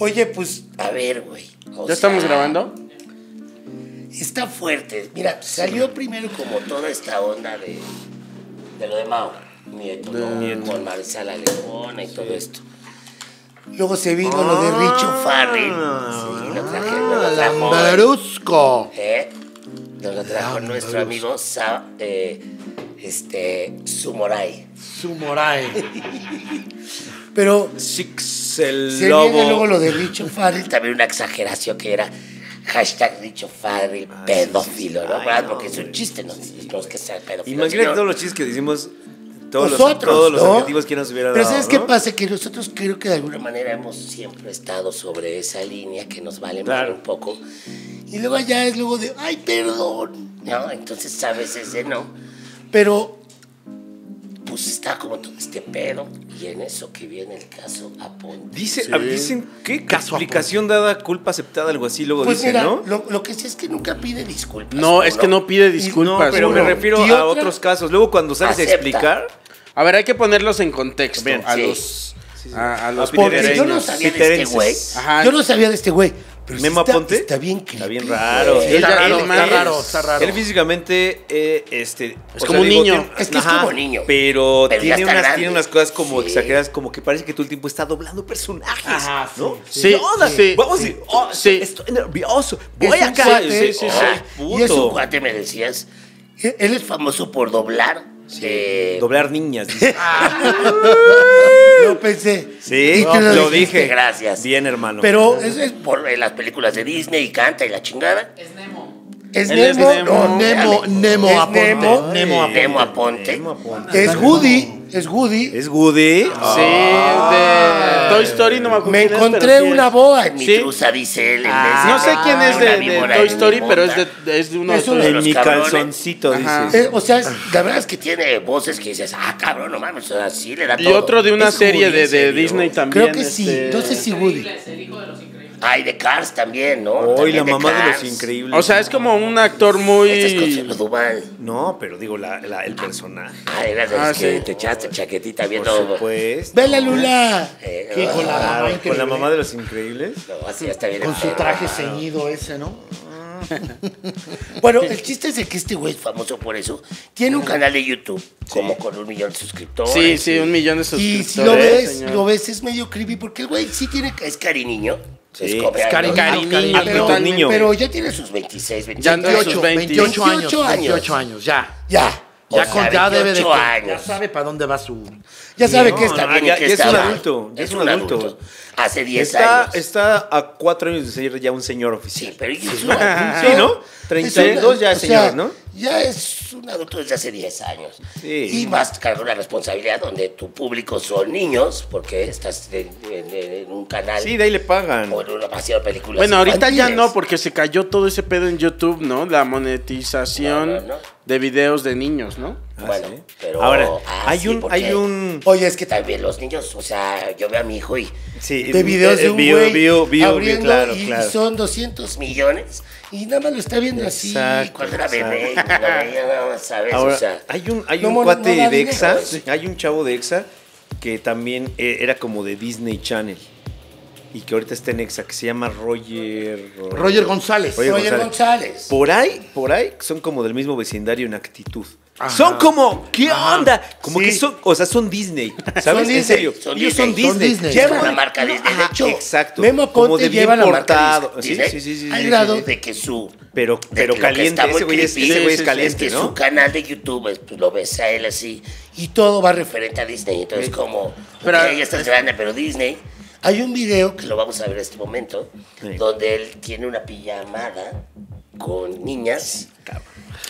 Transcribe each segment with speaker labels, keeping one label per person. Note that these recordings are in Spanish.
Speaker 1: Oye, pues, a ver, güey. o
Speaker 2: ¿Ya estamos
Speaker 1: sea,
Speaker 2: grabando?
Speaker 1: Está fuerte. Mira, salió primero como toda esta onda de, de lo de Mao, Nieto, ¿no? Con Marisela Leona y todo esto. Luego se vino lo de Richo
Speaker 2: Ah.
Speaker 1: Farrell. Sí, lo traje, nos lo trajo.
Speaker 3: Lambarusco.
Speaker 1: ¿eh? Nos lo
Speaker 2: Ah,
Speaker 1: trajo nuestro amigo Sa- eh, este, Sumoray.
Speaker 3: Sumoray.
Speaker 1: Pero
Speaker 2: Six el
Speaker 1: Se
Speaker 2: lobo.
Speaker 1: viene luego lo de Richo Farrell, también una exageración que era hashtag Richo Farrell
Speaker 2: Ah,
Speaker 1: pedófilo, ¿no? ¿Verdad? Porque es un chiste, no, no es que sea pedófilo.
Speaker 2: Imagínate
Speaker 1: sino
Speaker 2: todos los chistes que decimos, todos los,
Speaker 1: nosotros,
Speaker 2: todos los
Speaker 1: ¿no?
Speaker 2: objetivos que nos hubiera
Speaker 1: Pero
Speaker 2: dado.
Speaker 1: ¿sabes
Speaker 2: ¿no?
Speaker 1: qué pasa? Que nosotros creo que de alguna manera hemos siempre estado sobre esa línea que nos vale más
Speaker 2: Claro.
Speaker 1: un poco. Y luego allá es luego de, ay, perdón, ¿no? Entonces a veces de no. Pero pues está como todo este pedo y en eso que viene el caso apunta.
Speaker 2: Dice,
Speaker 3: Sí.
Speaker 2: ah, Dicen, ¿qué
Speaker 3: Caso a
Speaker 2: explicación dada, culpa aceptada, algo así? Luego
Speaker 1: Pues
Speaker 2: dicen,
Speaker 1: mira,
Speaker 2: ¿no?
Speaker 1: lo, lo que sí es que nunca pide disculpas.
Speaker 2: No, es que no
Speaker 1: pide
Speaker 2: No,
Speaker 3: disculpas,
Speaker 2: pero me
Speaker 3: uno.
Speaker 2: refiero
Speaker 1: ¿Y
Speaker 2: a
Speaker 1: otra?
Speaker 2: otros casos. Luego cuando sabes
Speaker 1: Acepta.
Speaker 2: explicar,
Speaker 4: A ver, hay que ponerlos en contexto.
Speaker 2: Bien,
Speaker 4: a,
Speaker 1: sí.
Speaker 4: los, a, a los
Speaker 2: Porque yo
Speaker 1: Porque yo no
Speaker 2: Pitereños,
Speaker 1: sabía de este
Speaker 2: piterenses.
Speaker 1: güey.
Speaker 4: Ajá.
Speaker 1: Yo no sabía de este güey. Pero sí
Speaker 2: Memo
Speaker 1: está,
Speaker 2: Aponte.
Speaker 1: Está bien creepy.
Speaker 2: Está bien raro.
Speaker 1: güey.
Speaker 4: Sí, está raro, está
Speaker 3: raro, está raro.
Speaker 2: Él físicamente, eh, este. o
Speaker 4: como un niño.
Speaker 2: tiene-
Speaker 1: Es que es como niño.
Speaker 2: Pero,
Speaker 1: Pero ya
Speaker 2: tiene,
Speaker 1: está
Speaker 2: unas,
Speaker 1: grande.
Speaker 2: tiene unas cosas como
Speaker 1: Sí.
Speaker 2: exageradas, como que parece que todo el tiempo está doblando personajes.
Speaker 3: Ajá, sí,
Speaker 2: ¿no?
Speaker 4: sí,
Speaker 2: ¿Qué onda?
Speaker 4: sí,
Speaker 2: Vamos,
Speaker 4: sí.
Speaker 2: oh,
Speaker 4: Sí.
Speaker 2: estoy nervioso.
Speaker 1: Es
Speaker 2: Voy
Speaker 1: un
Speaker 2: acá.
Speaker 1: cuate,
Speaker 2: Sí, sí, sí.
Speaker 1: ajá.
Speaker 2: puto.
Speaker 1: Y es un cuate, me decías. e- Él es famoso por doblar. eh,
Speaker 2: Doblar niñas. dice.
Speaker 1: Lo pensé.
Speaker 2: Sí,
Speaker 1: Y tú
Speaker 2: no, lo
Speaker 1: dijiste,
Speaker 2: dije.
Speaker 1: Gracias.
Speaker 2: Bien, hermano.
Speaker 1: Pero eso es por eh, las películas de Disney y canta y la chingada.
Speaker 5: Es Nemo.
Speaker 1: Es
Speaker 4: Él es
Speaker 1: Nemo.
Speaker 4: Nemo.
Speaker 1: no,
Speaker 3: Nemo, Nemo Aponte.
Speaker 1: espérame. Es Nemo.
Speaker 3: Nemo Aponte.
Speaker 1: Nemo Aponte.
Speaker 2: Nemo Aponte.
Speaker 1: Es Woody. Es Woody.
Speaker 2: Es Woody. Ah,
Speaker 4: Sí,
Speaker 1: Ah.
Speaker 4: de Toy Story, no me acuerdo.
Speaker 1: Me
Speaker 4: quién es,
Speaker 1: encontré
Speaker 4: pero sí
Speaker 1: una
Speaker 4: es.
Speaker 1: boa en mi
Speaker 4: Sí.
Speaker 1: trusa, dice él. en
Speaker 2: Ah,
Speaker 1: vez de-
Speaker 4: No sé quién es
Speaker 1: una
Speaker 4: de, de
Speaker 1: víbora
Speaker 4: Toy
Speaker 1: en
Speaker 4: Story,
Speaker 1: mi
Speaker 4: pero es
Speaker 1: bota.
Speaker 4: de, es de uno de
Speaker 1: Es uno
Speaker 4: todos.
Speaker 1: de
Speaker 2: En
Speaker 1: los
Speaker 2: mi
Speaker 1: cabrones.
Speaker 2: calzoncito,
Speaker 4: Ajá.
Speaker 2: dices.
Speaker 1: Eh, o sea, es- la verdad es que tiene voces que dices, ah, cabrón, no mames, o sea, sí le da
Speaker 4: Y
Speaker 1: todo.
Speaker 4: otro de una
Speaker 1: Es
Speaker 4: serie
Speaker 1: Woody,
Speaker 4: de,
Speaker 1: en
Speaker 4: de
Speaker 1: serio.
Speaker 4: Disney también.
Speaker 1: Creo que sí,
Speaker 4: este,
Speaker 1: no sé si Woody.
Speaker 5: Increíbles, el hijo de los increíbles.
Speaker 1: Ay, de Cars también, ¿no?
Speaker 2: Hoy
Speaker 1: También
Speaker 2: la mamá de
Speaker 1: Cars.
Speaker 2: los increíbles.
Speaker 4: O sea, es como un actor
Speaker 1: Ese Este es Consuelo
Speaker 4: muy.
Speaker 1: Duval.
Speaker 2: No, pero digo, la, la- el personaje.
Speaker 1: Ah, era de los
Speaker 4: Ah,
Speaker 1: que
Speaker 4: sí.
Speaker 1: te echaste chaquetita
Speaker 2: Por
Speaker 1: viendo.
Speaker 2: supuesto.
Speaker 3: Vela Lula.
Speaker 1: Eh,
Speaker 3: Sí, con la mamá
Speaker 1: ah,
Speaker 2: Claro, con
Speaker 3: increíble.
Speaker 2: la mamá de los increíbles.
Speaker 1: no, así ya está bien.
Speaker 3: Con su
Speaker 1: enfermo.
Speaker 3: traje ceñido ese, ¿no?
Speaker 1: Bueno, el chiste es de que este güey es famoso por eso. Tiene un canal de YouTube, como con un millón de suscriptores.
Speaker 4: Sí, sí, un millón de
Speaker 1: Y
Speaker 4: suscriptores.
Speaker 1: si lo ves,
Speaker 4: señor.
Speaker 1: lo ves, es medio creepy porque el güey sí tiene. Es cariño.
Speaker 2: Sí,
Speaker 1: como-
Speaker 2: es
Speaker 4: Cari- cari- niño,
Speaker 3: pero-
Speaker 4: total-
Speaker 2: niño.
Speaker 1: Pero ya tiene sus 26, 27.
Speaker 4: Ya anda en sus
Speaker 3: 28, 28 años.
Speaker 1: 28 años.
Speaker 3: 28 años, ya.
Speaker 1: Ya.
Speaker 3: Ya,
Speaker 1: O sea,
Speaker 3: con, ya debe de.
Speaker 1: 28
Speaker 3: Ya
Speaker 1: años.
Speaker 3: sabe para dónde va su.
Speaker 1: Ya sabe
Speaker 2: No,
Speaker 1: que está
Speaker 2: no,
Speaker 1: bien y
Speaker 2: ya-
Speaker 1: que
Speaker 2: ya es
Speaker 1: está
Speaker 2: un
Speaker 1: mal.
Speaker 2: adulto, ya es un adulto.
Speaker 1: Hace 10
Speaker 2: Está,
Speaker 1: años.
Speaker 2: está a cuatro años de ser ya un señor
Speaker 1: Sí,
Speaker 2: oficial.
Speaker 1: pero ya es un adulto.
Speaker 2: Sí, ¿no?
Speaker 1: Es
Speaker 2: 32
Speaker 1: un-
Speaker 2: ya
Speaker 1: o
Speaker 2: es
Speaker 1: sea,
Speaker 2: señor, ¿no?
Speaker 1: Ya es un adulto desde hace 10 años.
Speaker 2: Sí.
Speaker 1: Y más cargo la responsabilidad donde tu público son niños, porque estás en, en- en un canal
Speaker 2: Sí, de ahí le pagan.
Speaker 1: o en una pasión película.
Speaker 4: Bueno, ahorita ya no, porque se cayó todo ese pedo en YouTube, ¿no? La monetización
Speaker 1: No, no, no.
Speaker 4: de videos de niños, ¿no?
Speaker 2: Ah,
Speaker 1: bueno,
Speaker 2: sí.
Speaker 1: pero.
Speaker 2: Ahora,
Speaker 1: ah,
Speaker 2: hay
Speaker 1: sí,
Speaker 2: un-
Speaker 1: porque-
Speaker 2: hay un-
Speaker 1: Oye, es que también los niños, o sea, yo veo a mi hijo y.
Speaker 2: Sí, eh,
Speaker 1: de videos de un
Speaker 2: vio,
Speaker 1: güey
Speaker 2: vio, vio,
Speaker 1: abriendo
Speaker 2: claro,
Speaker 1: y
Speaker 2: claro.
Speaker 1: son 200 millones y nada más lo está viendo así
Speaker 2: Exacto,
Speaker 1: cuando era
Speaker 2: exacto.
Speaker 1: bebé, cuando era niño, nada más, ¿sabes?
Speaker 2: Ahora, ah,
Speaker 1: o sea,
Speaker 2: hay un, hay
Speaker 1: no
Speaker 2: un
Speaker 1: mon-
Speaker 2: cuate
Speaker 1: no da
Speaker 2: de
Speaker 1: dinero,
Speaker 2: EXA,
Speaker 1: sí.
Speaker 2: hay un chavo de EXA que también eh, era como de Disney Channel y que ahorita está en EXA, que se llama Roger...
Speaker 3: Roger González.
Speaker 2: Oye,
Speaker 1: Roger González.
Speaker 2: Por ahí, por ahí, son como del mismo vecindario en actitud. Son como, ¿qué onda? Como
Speaker 3: Sí.
Speaker 2: que son, o sea, son Disney, ¿sabes? en
Speaker 1: Disney,
Speaker 2: serio,
Speaker 1: son
Speaker 2: ellos son
Speaker 1: Disney,
Speaker 3: son
Speaker 2: Disney.
Speaker 3: Disney.
Speaker 1: Lleva la
Speaker 2: Ajá,
Speaker 1: marca Disney. De hecho,
Speaker 2: exacto.
Speaker 1: Memo
Speaker 2: como
Speaker 1: Aponte
Speaker 2: de bien
Speaker 1: lleva la marca
Speaker 2: portado. Sí,
Speaker 1: Disney,
Speaker 2: sí, sí, sí,
Speaker 1: Al
Speaker 2: sí,
Speaker 1: grado
Speaker 2: sí.
Speaker 1: de que su.
Speaker 2: Pero,
Speaker 1: de
Speaker 2: pero
Speaker 1: que lo que
Speaker 2: caliente,
Speaker 1: está muy
Speaker 2: ese güey es,
Speaker 1: creepy
Speaker 2: ese güey es
Speaker 4: sí, sí,
Speaker 2: caliente,
Speaker 1: es que
Speaker 2: ¿no?
Speaker 1: su canal de YouTube, pues, tú lo ves a él así, y todo va referente a Disney. Entonces, como,
Speaker 4: Pero-
Speaker 1: pero, ya estás grande, pero Disney. Hay un video que lo vamos a ver en este momento,
Speaker 2: Sí.
Speaker 1: donde él tiene una pijamada con niñas.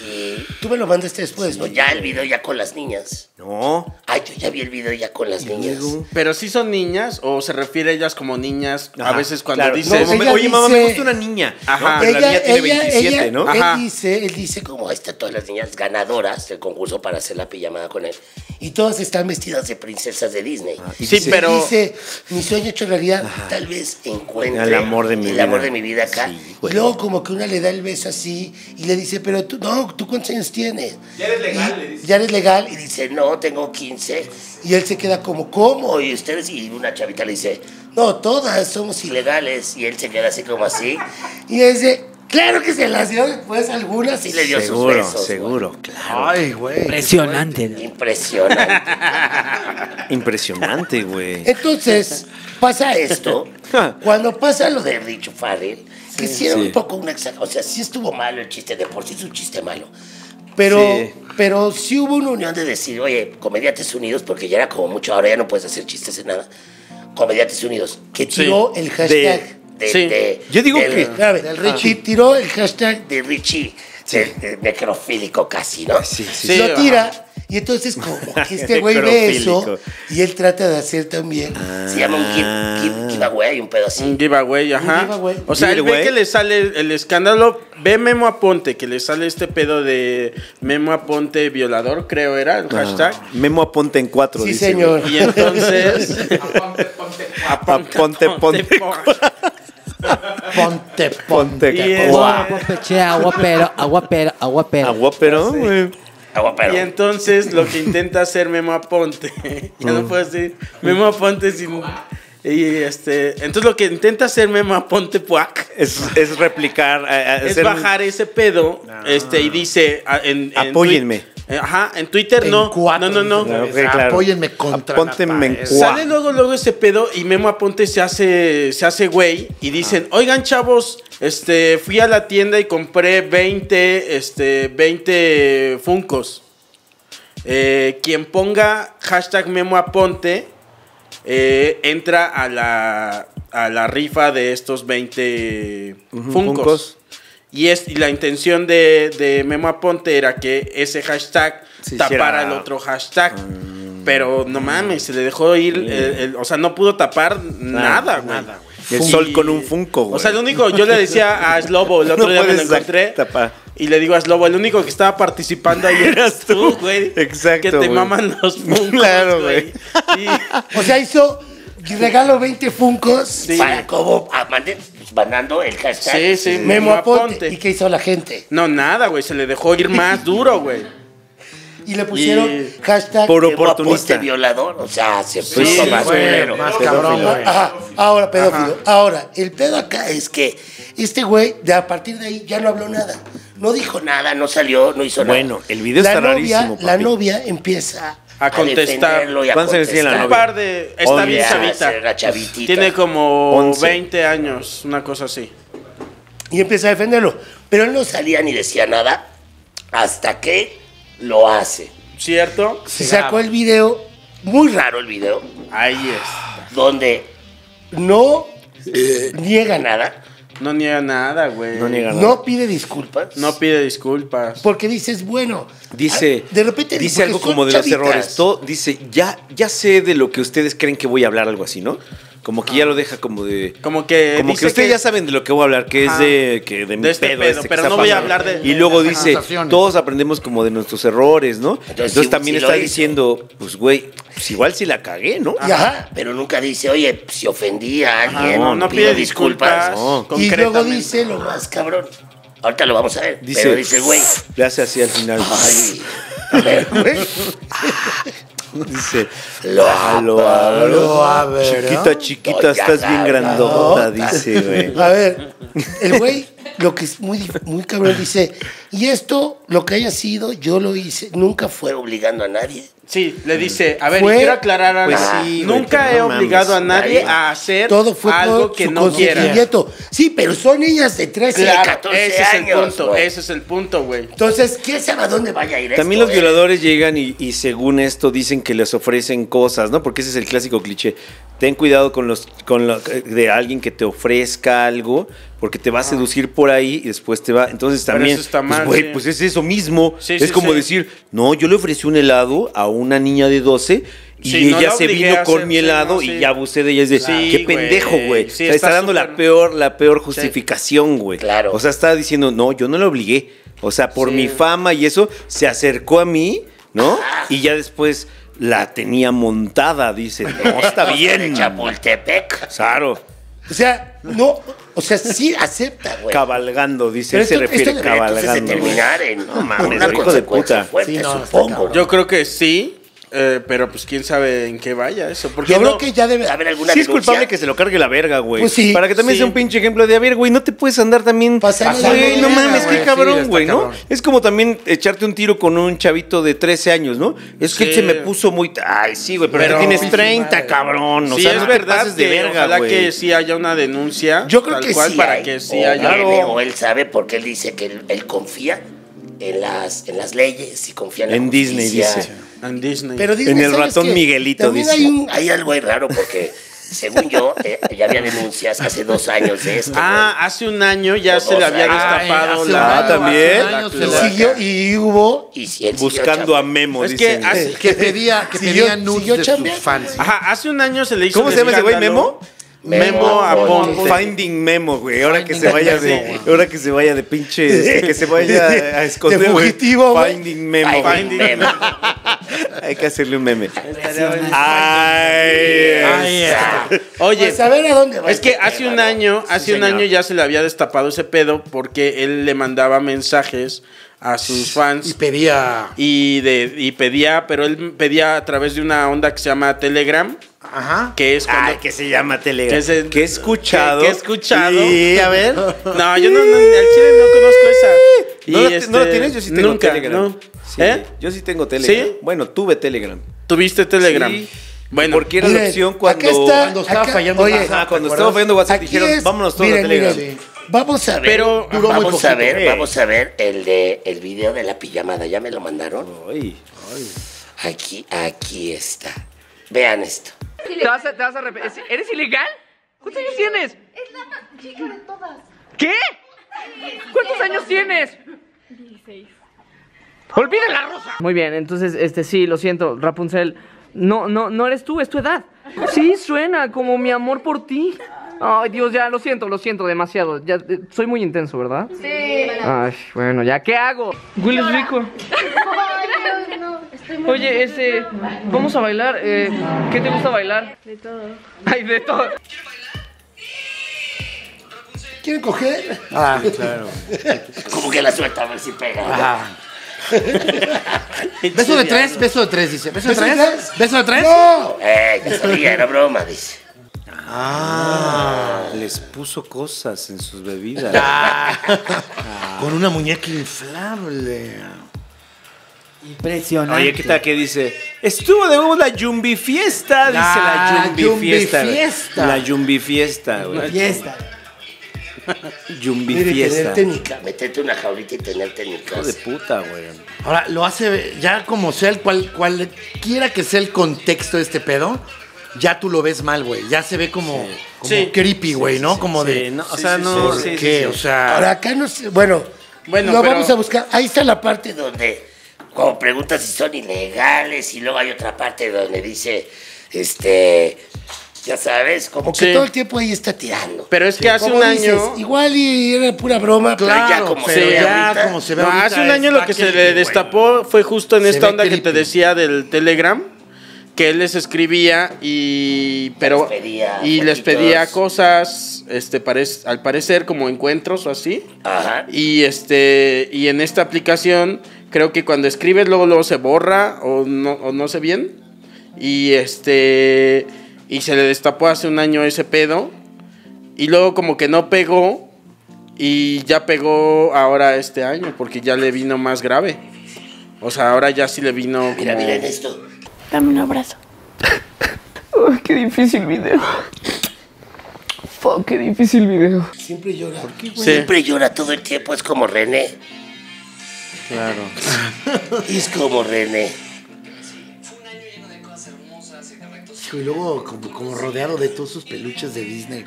Speaker 1: Y tú me lo mandaste después, ¿no? Ya el video ya con las niñas.
Speaker 2: No,
Speaker 1: Ay, yo ya vi el video ya con las niñas.
Speaker 2: luego?
Speaker 4: Pero sí son niñas, o se refiere a ellas como niñas, a
Speaker 2: Ajá,
Speaker 4: veces cuando
Speaker 2: claro.
Speaker 4: dices.
Speaker 2: No, como me-
Speaker 1: ella
Speaker 2: oye, mamá, me
Speaker 1: dice-
Speaker 2: gusta una niña.
Speaker 4: Ajá.
Speaker 2: No, pero la niña tiene 27,
Speaker 1: ella-
Speaker 2: ¿no?
Speaker 1: Él
Speaker 4: Ajá.
Speaker 1: dice, él dice como ahí están todas las niñas ganadoras del concurso para hacer la pijamada con él. Y todas están vestidas de princesas de Disney.
Speaker 2: y
Speaker 4: sí,
Speaker 2: dice-
Speaker 4: pero.
Speaker 1: Dice, mi sueño hecho realidad, tal vez encuentre
Speaker 2: ah. El amor de mi
Speaker 1: el
Speaker 2: vida.
Speaker 1: amor de mi vida acá.
Speaker 2: Sí, güey.
Speaker 1: y luego como que una le da el beso así y le dice, pero tú, no, ¿tú cuántos años tienes?
Speaker 5: Ya eres legal,
Speaker 1: Y-
Speaker 5: le dice.
Speaker 1: Ya eres legal. Y dice, no, tengo 15. Y él se queda como, ¿cómo? Y ustedes, y una chavita le dice, No, todas somos ilegales. Y él se queda así como así. Y dice, claro que se las dio después algunas y le dio
Speaker 2: seguro,
Speaker 1: sus besos.
Speaker 2: seguro, claro.
Speaker 3: Ay, güey.
Speaker 1: güey.
Speaker 6: Impresionante.
Speaker 1: Impresionante.
Speaker 2: Impresionante, güey.
Speaker 1: Entonces, pasa esto. Cuando pasa lo de Richo Farrell, que sí era
Speaker 2: Sí.
Speaker 1: un poco una exa- O sea, sí estuvo malo el chiste, de por sí es un chiste malo. Pero
Speaker 2: Sí.
Speaker 1: sí. pero sí hubo una unión de decir, oye, Comediantes Unidos, porque ya era como mucho, ahora ya no puedes hacer chistes en nada. Comediantes Unidos, que tiró el hashtag de,
Speaker 4: sí.
Speaker 1: de-
Speaker 2: Yo digo
Speaker 1: del-
Speaker 2: que-
Speaker 1: espérame,
Speaker 3: Del Richie.
Speaker 1: y tiró el hashtag de Richie, de- de necrofílico casi, ¿no?
Speaker 2: Sí, sí,
Speaker 4: Sí,
Speaker 1: lo
Speaker 4: ajá.
Speaker 1: tira. Y entonces como que este güey ve eso
Speaker 2: Necrofílico.
Speaker 1: y él trata de hacer también. Se llama un give- give- giveaway, un pedo así.
Speaker 4: Un giveaway, ajá.
Speaker 1: giveaway.
Speaker 4: O sea, él
Speaker 2: Giveaway.
Speaker 4: ve que le sale el escándalo. Ve Memo Aponte, que le sale este pedo de Memo Aponte violador, creo era el hashtag.
Speaker 2: Ah, Memo aponte en cuatro.
Speaker 1: Sí,
Speaker 2: dice,
Speaker 1: señor.
Speaker 4: Y entonces.
Speaker 5: Ponte, ponte.
Speaker 2: Aponte, ponte.
Speaker 3: Ponte,
Speaker 2: Ponte.
Speaker 4: Y es-
Speaker 6: Agua, peche, agua, pero, agua, pero, agua, pero.
Speaker 2: Agua, pero, güey.
Speaker 1: Agua, pero.
Speaker 4: Y entonces lo que intenta hacer Memo Aponte, ya
Speaker 2: Mm.
Speaker 4: no puedo decir Memo Aponte sin... Y este, entonces lo que intenta hacer Memo Aponte Puac
Speaker 2: Es, es replicar. a- a-
Speaker 4: es
Speaker 2: hacer un-
Speaker 4: bajar ese pedo este, y dice... a- En, en
Speaker 2: Apóyenme.
Speaker 4: Twi- eh, Ajá, en Twitter
Speaker 3: En
Speaker 4: no.
Speaker 3: cuatro,
Speaker 4: no, no,
Speaker 2: Ah,
Speaker 4: no.
Speaker 2: ok, claro.
Speaker 3: Apóyenme contra la
Speaker 2: Apóntenme en
Speaker 3: pared.
Speaker 2: cua-
Speaker 4: Sale luego, luego ese pedo y Memo Aponte se hace, se hace güey y dicen, oigan chavos, este, fui a la tienda y compré 20, este, 20 Funcos. Eh, quien ponga hashtag Memo Aponte eh, entra a la, a la rifa de estos 20
Speaker 2: Ujú,
Speaker 4: Funcos.
Speaker 2: Funkos.
Speaker 4: Y, es, y la intención de, de Memo Aponte era que ese hashtag
Speaker 2: Se
Speaker 4: tapara
Speaker 2: hiciera-
Speaker 4: el otro hashtag. Pero no mames, se le dejó ir. el- el- o sea, no pudo tapar nada, güey.
Speaker 2: El
Speaker 4: Sí.
Speaker 2: sol con un funko, güey.
Speaker 4: O sea, lo único, yo le decía a Slobo, el otro
Speaker 2: No
Speaker 4: día me lo
Speaker 2: puedes
Speaker 4: encontré.
Speaker 2: tapar.
Speaker 4: Y le digo a Slobo, el único que estaba participando ahí eras tú, güey.
Speaker 2: Exacto,
Speaker 4: Que te
Speaker 2: güey.
Speaker 4: maman los Funkos,
Speaker 2: Claro,
Speaker 4: güey. Y-
Speaker 1: O sea, hizo regalo 20 funcos
Speaker 4: Sí.
Speaker 1: para como ah, mande- pues, mandando el hashtag
Speaker 4: Sí, sí,
Speaker 1: Memo
Speaker 4: Memo
Speaker 1: Aponte.
Speaker 4: Aponte.
Speaker 1: ¿Y qué hizo la gente?
Speaker 4: No, nada, güey. Se le dejó ir más duro, güey.
Speaker 1: Y le pusieron
Speaker 4: Y-
Speaker 1: hashtag
Speaker 2: Por
Speaker 1: Memo
Speaker 2: oportunista.
Speaker 1: Aponte violador. O sea, se puso
Speaker 4: sí,
Speaker 1: más
Speaker 4: güey,
Speaker 1: culero.
Speaker 3: más cabrón, güey.
Speaker 1: Ajá, ahora, pedófilo. Ahora, el pedo acá es que este güey, de a partir de ahí, ya no habló nada. No dijo nada, no salió, no hizo nada.
Speaker 2: Bueno, el video está
Speaker 1: novia,
Speaker 2: rarísimo,
Speaker 1: La
Speaker 2: papi.
Speaker 1: novia empieza
Speaker 4: A contestar.
Speaker 1: defenderlo y a
Speaker 2: ¿Cuántos años tiene la
Speaker 1: contestar.
Speaker 4: Un
Speaker 2: novia?
Speaker 4: par de. Está
Speaker 2: Oye,
Speaker 4: bien
Speaker 1: ya,
Speaker 4: chavita.
Speaker 1: será chavitita.
Speaker 4: Tiene como
Speaker 2: Once.
Speaker 4: 20 años, una cosa así.
Speaker 1: Y empieza a defenderlo. Pero él no salía ni decía nada hasta que lo hace.
Speaker 4: ¿Cierto?
Speaker 1: Se sacó el video, muy raro el video,
Speaker 4: Ahí es.
Speaker 1: donde no niega nada,
Speaker 4: No niega nada, güey.
Speaker 2: No niega Eh, nada.
Speaker 1: no pide disculpas.
Speaker 4: No pide disculpas.
Speaker 1: porque dices, bueno,
Speaker 2: Dice,
Speaker 1: Ah, de repente
Speaker 2: dice algo
Speaker 1: porque son
Speaker 2: como de
Speaker 1: chavitas.
Speaker 2: los errores. Todo, dice, ya, ya sé de lo que ustedes creen que voy a hablar, algo así, ¿no? Como que ya lo deja como de.
Speaker 4: Como que
Speaker 2: Como
Speaker 4: dice
Speaker 2: que ustedes
Speaker 4: que-
Speaker 2: ya saben de lo que voy a hablar, que es
Speaker 4: Ajá.
Speaker 2: de, que de mi
Speaker 4: De este
Speaker 2: pedo.
Speaker 4: pedo,
Speaker 2: este que
Speaker 4: pero
Speaker 2: está
Speaker 4: no voy a
Speaker 2: pasando.
Speaker 4: hablar de-
Speaker 2: Y luego
Speaker 3: de
Speaker 2: dice,
Speaker 3: sensaciones.
Speaker 2: todos aprendemos como de nuestros errores, ¿no? Entonces,
Speaker 1: sí-
Speaker 2: también
Speaker 1: sí lo
Speaker 2: está
Speaker 1: hizo.
Speaker 2: diciendo, pues güey, pues igual si la cagué, ¿no?
Speaker 4: Ah.
Speaker 1: Y ajá, pero nunca dice, oye, si ofendí a
Speaker 4: Ajá,
Speaker 1: alguien,
Speaker 4: no, no pide disculpas.
Speaker 2: no.
Speaker 1: Y luego
Speaker 4: concretamente.
Speaker 1: dice lo más cabrón. Ahorita lo vamos a ver.
Speaker 2: Dice,
Speaker 1: pero dice, güey.
Speaker 2: Le hace así al final.
Speaker 1: Ay, pero, güey,
Speaker 2: Dice,
Speaker 1: Lo
Speaker 2: "Ah, lo hablo.
Speaker 3: Lo hablo,
Speaker 2: Chiquita,
Speaker 3: ¿verdad?
Speaker 2: chiquita, estás bien grandota, dice, güey.
Speaker 1: A ver, el güey, lo que es muy, dif- muy cabrón, dice, y esto, lo que haya sido, yo lo hice, nunca fue obligando a nadie.
Speaker 4: Sí, le dice, a ver,
Speaker 1: Fue-
Speaker 4: y quiero aclarar algo.
Speaker 2: Mm. Pues sí, güey,
Speaker 4: Nunca
Speaker 2: pero
Speaker 4: he
Speaker 2: no mames,
Speaker 4: obligado a nadie
Speaker 1: nadie.
Speaker 4: a hacer
Speaker 1: Todo fue
Speaker 4: algo
Speaker 1: por
Speaker 4: que
Speaker 1: su
Speaker 4: no quiera.
Speaker 1: consentimiento. Sí, pero son niñas de 13 y
Speaker 4: Claro,
Speaker 1: 14
Speaker 4: ese es el
Speaker 1: años.
Speaker 4: punto,
Speaker 1: güey.
Speaker 4: ese es el punto, güey.
Speaker 1: Entonces, ¿quién sabe a dónde vaya a ir
Speaker 2: También
Speaker 1: esto,
Speaker 2: los
Speaker 1: eh?
Speaker 2: violadores llegan y, y según esto dicen que les ofrecen cosas, ¿no? Porque ese es el clásico cliché. Ten cuidado con los con la- de alguien que te ofrezca algo, porque te va a seducir por ahí y después te va. Entonces
Speaker 4: Pero
Speaker 2: también,
Speaker 4: eso está
Speaker 2: pues,
Speaker 4: mal,
Speaker 2: güey,
Speaker 4: sí.
Speaker 2: pues es eso mismo.
Speaker 4: Sí,
Speaker 2: es
Speaker 4: sí,
Speaker 2: como
Speaker 4: sí.
Speaker 2: decir, no, yo le ofrecí un helado a una niña de 12 y
Speaker 4: Sí, no
Speaker 2: ella
Speaker 4: la
Speaker 2: se
Speaker 4: obligué
Speaker 2: vino
Speaker 4: a
Speaker 2: con
Speaker 4: hacer-
Speaker 2: mi
Speaker 4: sí,
Speaker 2: helado
Speaker 4: no, sí.
Speaker 2: y ya abusé de ella. Es de,
Speaker 4: Claro.
Speaker 2: qué
Speaker 4: Sí,
Speaker 2: pendejo,
Speaker 4: güey.
Speaker 2: güey.
Speaker 4: Sí,
Speaker 2: O sea, está,
Speaker 4: está
Speaker 2: dando la
Speaker 4: súper-
Speaker 2: peor, la peor justificación, güey.
Speaker 1: Claro.
Speaker 2: O sea, estaba diciendo, no, yo no la obligué. O sea, por
Speaker 4: Sí.
Speaker 2: mi fama y eso, se acercó a mí, ¿no? Y ya después la tenía montada, dice. No, está
Speaker 1: De
Speaker 2: bien.
Speaker 1: Chapultepec.
Speaker 2: Claro.
Speaker 1: O sea, no, o sea, sí acepta, güey.
Speaker 2: Cabalgando, dice.
Speaker 1: Pero
Speaker 2: él se
Speaker 1: esto-
Speaker 2: refiere
Speaker 1: esto debería entonces
Speaker 2: cabalgando.
Speaker 1: de terminar en
Speaker 2: No mames,
Speaker 1: una
Speaker 2: hijo de
Speaker 1: consecuencia
Speaker 2: puta.
Speaker 1: fuerte,
Speaker 3: Sí, no, está
Speaker 1: supongo.
Speaker 3: cabrón.
Speaker 4: Yo creo que sí, Eh, pero pues quién sabe en qué vaya eso. Porque
Speaker 1: Yo creo
Speaker 4: no-
Speaker 1: que ya debe de haber alguna
Speaker 2: Sí es
Speaker 1: denuncia.
Speaker 2: culpable que se lo cargue la verga, güey.
Speaker 1: Pues sí,
Speaker 2: Para que también
Speaker 1: sí.
Speaker 2: sea un pinche ejemplo de, a ver, güey, no te puedes andar también...
Speaker 1: Pasando
Speaker 2: Güey,
Speaker 1: de
Speaker 2: no
Speaker 1: verga,
Speaker 2: mames,
Speaker 1: güey.
Speaker 2: qué
Speaker 4: Sí,
Speaker 2: cabrón,
Speaker 4: está
Speaker 2: güey, ¿no?
Speaker 4: cabrón.
Speaker 2: Es como también echarte un tiro con un chavito de 13 años, ¿no? Es que
Speaker 4: Sí.
Speaker 2: se me puso muy... Ay, sí, güey, pero,
Speaker 4: Pero-
Speaker 2: ya tienes
Speaker 4: Pinche
Speaker 2: 30, cabrón. O
Speaker 4: sí,
Speaker 2: sea,
Speaker 4: es
Speaker 2: no te
Speaker 4: verdad
Speaker 2: pases de
Speaker 4: que
Speaker 2: verga,
Speaker 4: ojalá
Speaker 2: güey. Ah,
Speaker 4: que sí haya una denuncia.
Speaker 1: Yo creo
Speaker 4: tal
Speaker 1: que
Speaker 4: cual,
Speaker 1: sí
Speaker 4: para
Speaker 1: hay.
Speaker 4: que sí
Speaker 1: o,
Speaker 4: haya.
Speaker 1: viene, o él sabe porque él dice que él, él confía en las, en las leyes y confía en la
Speaker 2: En Disney,
Speaker 1: justicia.
Speaker 2: dice.
Speaker 4: En Disney.
Speaker 1: Pero Disney,
Speaker 2: En el
Speaker 1: ¿sabes
Speaker 2: ratón
Speaker 1: qué?
Speaker 2: Miguelito,
Speaker 1: También
Speaker 2: dice.
Speaker 1: Hay, un- Mm, hay algo ahí raro porque, según yo, eh, ya había denuncias hace dos años de esto.
Speaker 4: ah, hace un año ya
Speaker 1: O
Speaker 4: se le
Speaker 1: sea,
Speaker 4: había
Speaker 1: ay,
Speaker 4: destapado
Speaker 3: hace
Speaker 4: la.
Speaker 2: un año, también.
Speaker 4: la
Speaker 3: hace un
Speaker 1: güey.
Speaker 3: año
Speaker 4: cloaca.
Speaker 3: se
Speaker 1: Y siguió y hubo. Y si él siguió
Speaker 2: Buscando a
Speaker 1: chambeando.
Speaker 2: Memo,
Speaker 4: Es que
Speaker 2: dicen.
Speaker 4: hace-
Speaker 3: Que pedía, que
Speaker 1: Siguió-
Speaker 3: pedía nudes
Speaker 1: siguió
Speaker 3: de
Speaker 1: chambeando,
Speaker 3: sus fans.
Speaker 4: Eh, Ajá, hace un año se le hizo.
Speaker 2: ¿Cómo
Speaker 4: un
Speaker 2: se llama ese güey,
Speaker 4: escándalo.
Speaker 1: Memo
Speaker 4: Memo
Speaker 1: Aponte.
Speaker 4: Aponte.
Speaker 2: Ah, Finding Memo, güey. Ahora que se
Speaker 3: Finding
Speaker 2: vaya
Speaker 3: Memo,
Speaker 2: de,
Speaker 3: güey.
Speaker 2: ahora que se vaya de pinche, este, que se vaya a esconder.
Speaker 1: De fugitivo, güey.
Speaker 2: Finding Memo.
Speaker 1: Ay,
Speaker 2: güey.
Speaker 1: meme.
Speaker 2: Hay que hacerle un meme. Ay, es-
Speaker 4: Oye.
Speaker 1: Pues a ver a dónde va
Speaker 4: Es que
Speaker 1: este
Speaker 4: hace
Speaker 1: tema,
Speaker 4: un
Speaker 1: ¿no?
Speaker 4: año,
Speaker 1: Sí,
Speaker 4: hace un
Speaker 1: señor.
Speaker 4: año ya se le había destapado ese pedo porque él le mandaba mensajes a sus
Speaker 3: Y
Speaker 4: fans
Speaker 3: pedía.
Speaker 4: y, de, y pedía, pero él pedía a través de una onda que se llama Telegram,
Speaker 3: Ajá.
Speaker 4: que es cuando...
Speaker 2: Ay, que se llama Telegram.
Speaker 4: Que se-
Speaker 2: que he escuchado.
Speaker 4: que- que he escuchado.
Speaker 2: Y a ver.
Speaker 4: No, yo no, no, al chile no conozco esa. Y
Speaker 2: ¿No, la,
Speaker 4: este,
Speaker 2: no la tienes? Yo sí tengo
Speaker 4: nunca,
Speaker 2: Telegram.
Speaker 4: no.
Speaker 2: Sí,
Speaker 4: ¿Eh?
Speaker 2: Yo sí tengo Telegram.
Speaker 4: ¿Sí?
Speaker 2: Bueno, tuve Telegram.
Speaker 4: ¿Tuviste Telegram?
Speaker 2: Sí.
Speaker 4: Bueno,
Speaker 2: Porque era la
Speaker 1: Miren,
Speaker 2: opción
Speaker 1: acá
Speaker 2: cuando.
Speaker 1: está-
Speaker 3: Cuando estaba
Speaker 1: acá-
Speaker 3: fallando
Speaker 1: oye,
Speaker 3: WhatsApp,
Speaker 2: Ajá,
Speaker 3: ¿te
Speaker 2: cuando estaba
Speaker 3: acuerdas?
Speaker 2: fallando WhatsApp
Speaker 1: Aquí
Speaker 2: dijeron,
Speaker 1: es-
Speaker 2: vámonos todos
Speaker 1: miren,
Speaker 2: a Telegram.
Speaker 1: miren, Vamos a ver.
Speaker 4: Pero-
Speaker 1: Duró muy vamos a
Speaker 3: poquito.
Speaker 1: ver,
Speaker 2: Eh.
Speaker 1: vamos a ver el de el video de la pijamada. Ya me lo mandaron.
Speaker 2: Ay.
Speaker 1: Aquí, aquí está. Vean esto.
Speaker 7: Te vas a, te vas a arrep- es- ¿Eres ilegal? ¿Cuántos años tienes?
Speaker 8: Es la más chica de todas.
Speaker 7: ¿Qué? ¿Cuántos años tienes?
Speaker 8: 16.
Speaker 7: ¡Olvida la rosa! Muy bien, entonces, este, sí, lo siento, Rapunzel. No, no, no eres tú, es tu edad. Sí, suena como mi amor por ti. Ay, Dios, ya, lo siento, lo siento demasiado. Ya, eh, soy muy intenso, ¿verdad?
Speaker 8: Sí.
Speaker 7: Ay, bueno, ya, ¿qué hago? Hueles rico.
Speaker 8: Ay, Dios, no. Estoy muy
Speaker 7: Oye, este, vamos a bailar. eh, ¿Qué te gusta bailar?
Speaker 8: De todo.
Speaker 7: Ay, de todo.
Speaker 1: ¿Quieren coger?
Speaker 3: Ah, claro.
Speaker 1: Como que la suelta a ver si pega. ¿no?
Speaker 9: Beso de tres, beso de tres, dice. ¿Beso de
Speaker 1: ¿Beso de
Speaker 9: tres?
Speaker 1: tres?
Speaker 9: ¿Beso de tres?
Speaker 1: ¡No! Eh, que sabía, era broma, dice.
Speaker 2: Les puso cosas en sus bebidas.
Speaker 3: Con una muñeca inflable.
Speaker 6: Impresionante.
Speaker 2: Oye, ¿qué tal que dice? Estuvo de huevo la Yumbi Fiesta, dice
Speaker 3: La
Speaker 2: la Yumbi,
Speaker 3: Yumbi
Speaker 2: Fiesta. güey.
Speaker 3: Fiesta.
Speaker 2: La Yumbi Fiesta, güey.
Speaker 6: Fiesta.
Speaker 2: Yumbi
Speaker 3: Mire,
Speaker 2: Fiesta.
Speaker 3: tenerte
Speaker 2: Hijo
Speaker 3: ni ca-
Speaker 1: Meterte una jaulita y tenerte en mi
Speaker 2: de
Speaker 1: casa.
Speaker 2: puta, güey.
Speaker 9: Ahora, lo hace ya como sea el cual, cualquiera que sea el contexto de este pedo, ya tú lo ves mal, güey. Ya se ve como, como
Speaker 4: Sí.
Speaker 9: creepy, güey, ¿no? como
Speaker 2: Sí,
Speaker 9: de.
Speaker 2: no, o sea,
Speaker 4: sí,
Speaker 2: no.
Speaker 9: ¿Por
Speaker 2: sí, sí,
Speaker 9: qué?
Speaker 2: sí.
Speaker 9: O sea.
Speaker 1: Ahora acá no sé, bueno,
Speaker 4: Bueno,
Speaker 1: lo
Speaker 4: pero-
Speaker 1: vamos a buscar. Ahí está la parte donde, como preguntas si son ilegales, y luego hay otra parte donde dice, este, ya sabes, como que
Speaker 4: Sí.
Speaker 1: todo el tiempo ahí está tirando.
Speaker 4: pero es que hace
Speaker 1: Como
Speaker 4: un
Speaker 1: dices,
Speaker 4: año...
Speaker 1: Igual y era pura broma, pero ya
Speaker 9: Claro,
Speaker 1: como
Speaker 9: pero
Speaker 1: se ve
Speaker 9: ya
Speaker 1: ahorita,
Speaker 9: como se ve
Speaker 4: No,
Speaker 9: ahorita
Speaker 4: hace un
Speaker 9: es-
Speaker 4: año lo
Speaker 9: está
Speaker 4: que se
Speaker 9: creepy,
Speaker 4: le
Speaker 9: güey.
Speaker 4: destapó fue justo en
Speaker 9: Se
Speaker 4: esta
Speaker 9: ve
Speaker 4: onda que te
Speaker 9: creepy.
Speaker 4: decía del Telegram, que él les escribía y pero
Speaker 1: Les pedía
Speaker 4: y les
Speaker 1: fotitos.
Speaker 4: pedía cosas, este parec- al parecer como encuentros o así.
Speaker 1: Ajá.
Speaker 4: Y este y en esta aplicación creo que cuando escribes luego luego se borra o no o no sé bien. Y este y se le destapó hace un año ese pedo y luego como que no pegó y ya pegó ahora este año porque ya le vino más grave. O sea, ahora ya sí le vino como...
Speaker 1: Mira, miren esto.
Speaker 8: Dame un abrazo.
Speaker 7: Ay, qué difícil video. Fuck, qué difícil video.
Speaker 1: Siempre llora.
Speaker 4: Sí.
Speaker 1: Siempre llora todo el tiempo, es como René.
Speaker 4: Claro.
Speaker 1: Es como René.
Speaker 9: Hijo, Y luego, como, como rodeado de todos sus peluches de Disney.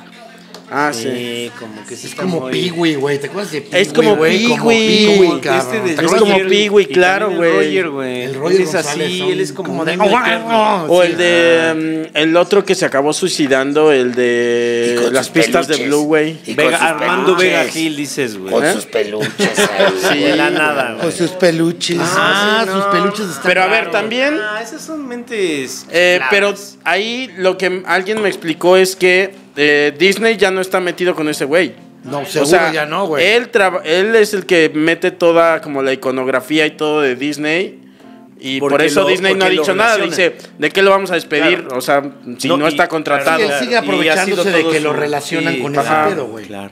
Speaker 4: Ah, sí.
Speaker 2: Sí, como que sí
Speaker 9: Es
Speaker 2: está
Speaker 9: como
Speaker 2: muy-
Speaker 9: Peewee, güey. ¿Te acuerdas de Peewee?
Speaker 4: Es como
Speaker 9: güey? Como
Speaker 4: Pee-wee,
Speaker 9: Pee-wee,
Speaker 4: como
Speaker 9: cabrón.
Speaker 2: Este de
Speaker 9: ¿Te
Speaker 4: Es
Speaker 9: acuerdas?
Speaker 4: como
Speaker 2: Roger
Speaker 4: Pee-wee,
Speaker 2: y
Speaker 4: claro,
Speaker 2: también
Speaker 4: güey.
Speaker 2: El Roger, güey.
Speaker 9: El Roger
Speaker 2: Él es
Speaker 9: González,
Speaker 2: así,
Speaker 9: son
Speaker 2: él es como
Speaker 9: como
Speaker 2: de...
Speaker 9: de- ¡Ah!
Speaker 4: O el de... mm, el otro que se acabó suicidando,
Speaker 1: Y
Speaker 4: el de
Speaker 1: con
Speaker 4: las
Speaker 1: sus
Speaker 4: pistas de
Speaker 1: peluches.
Speaker 4: Blue, güey.
Speaker 1: Y con
Speaker 2: Vega-
Speaker 1: sus
Speaker 2: Armando
Speaker 1: peluches.
Speaker 2: Vega Gil, dices, güey.
Speaker 1: Con
Speaker 4: ¿Eh?
Speaker 1: sus peluches ahí.
Speaker 4: Sí,
Speaker 1: güey.
Speaker 2: De la nada, güey.
Speaker 3: Con sus peluches.
Speaker 9: Ah, sus peluches están.
Speaker 4: Pero a ver,
Speaker 9: raros.
Speaker 4: también...
Speaker 2: Ah, esas son mentes...
Speaker 4: eh, pero
Speaker 2: claras.
Speaker 4: ahí lo que alguien me explicó es que eh, Disney ya no está metido con ese güey.
Speaker 9: No, seguro
Speaker 4: o sea,
Speaker 9: ya no, güey.
Speaker 4: Él, traba- él es el que mete toda como la iconografía y todo de Disney. Y
Speaker 2: Porque
Speaker 4: por eso
Speaker 2: lo-
Speaker 4: Disney no ha
Speaker 2: porque lo
Speaker 4: dicho nada.
Speaker 2: relacionan.
Speaker 4: Dice, ¿de qué lo vamos a despedir?
Speaker 2: Claro.
Speaker 4: O sea, si no,
Speaker 2: No, y-
Speaker 4: está contratado.
Speaker 9: Él sigue
Speaker 2: Y ha sido
Speaker 9: aprovechándose de
Speaker 2: todo
Speaker 9: que
Speaker 2: su-
Speaker 9: lo relacionan
Speaker 2: sí,
Speaker 9: con
Speaker 4: ajá.
Speaker 9: ese pedo, güey.
Speaker 2: Claro.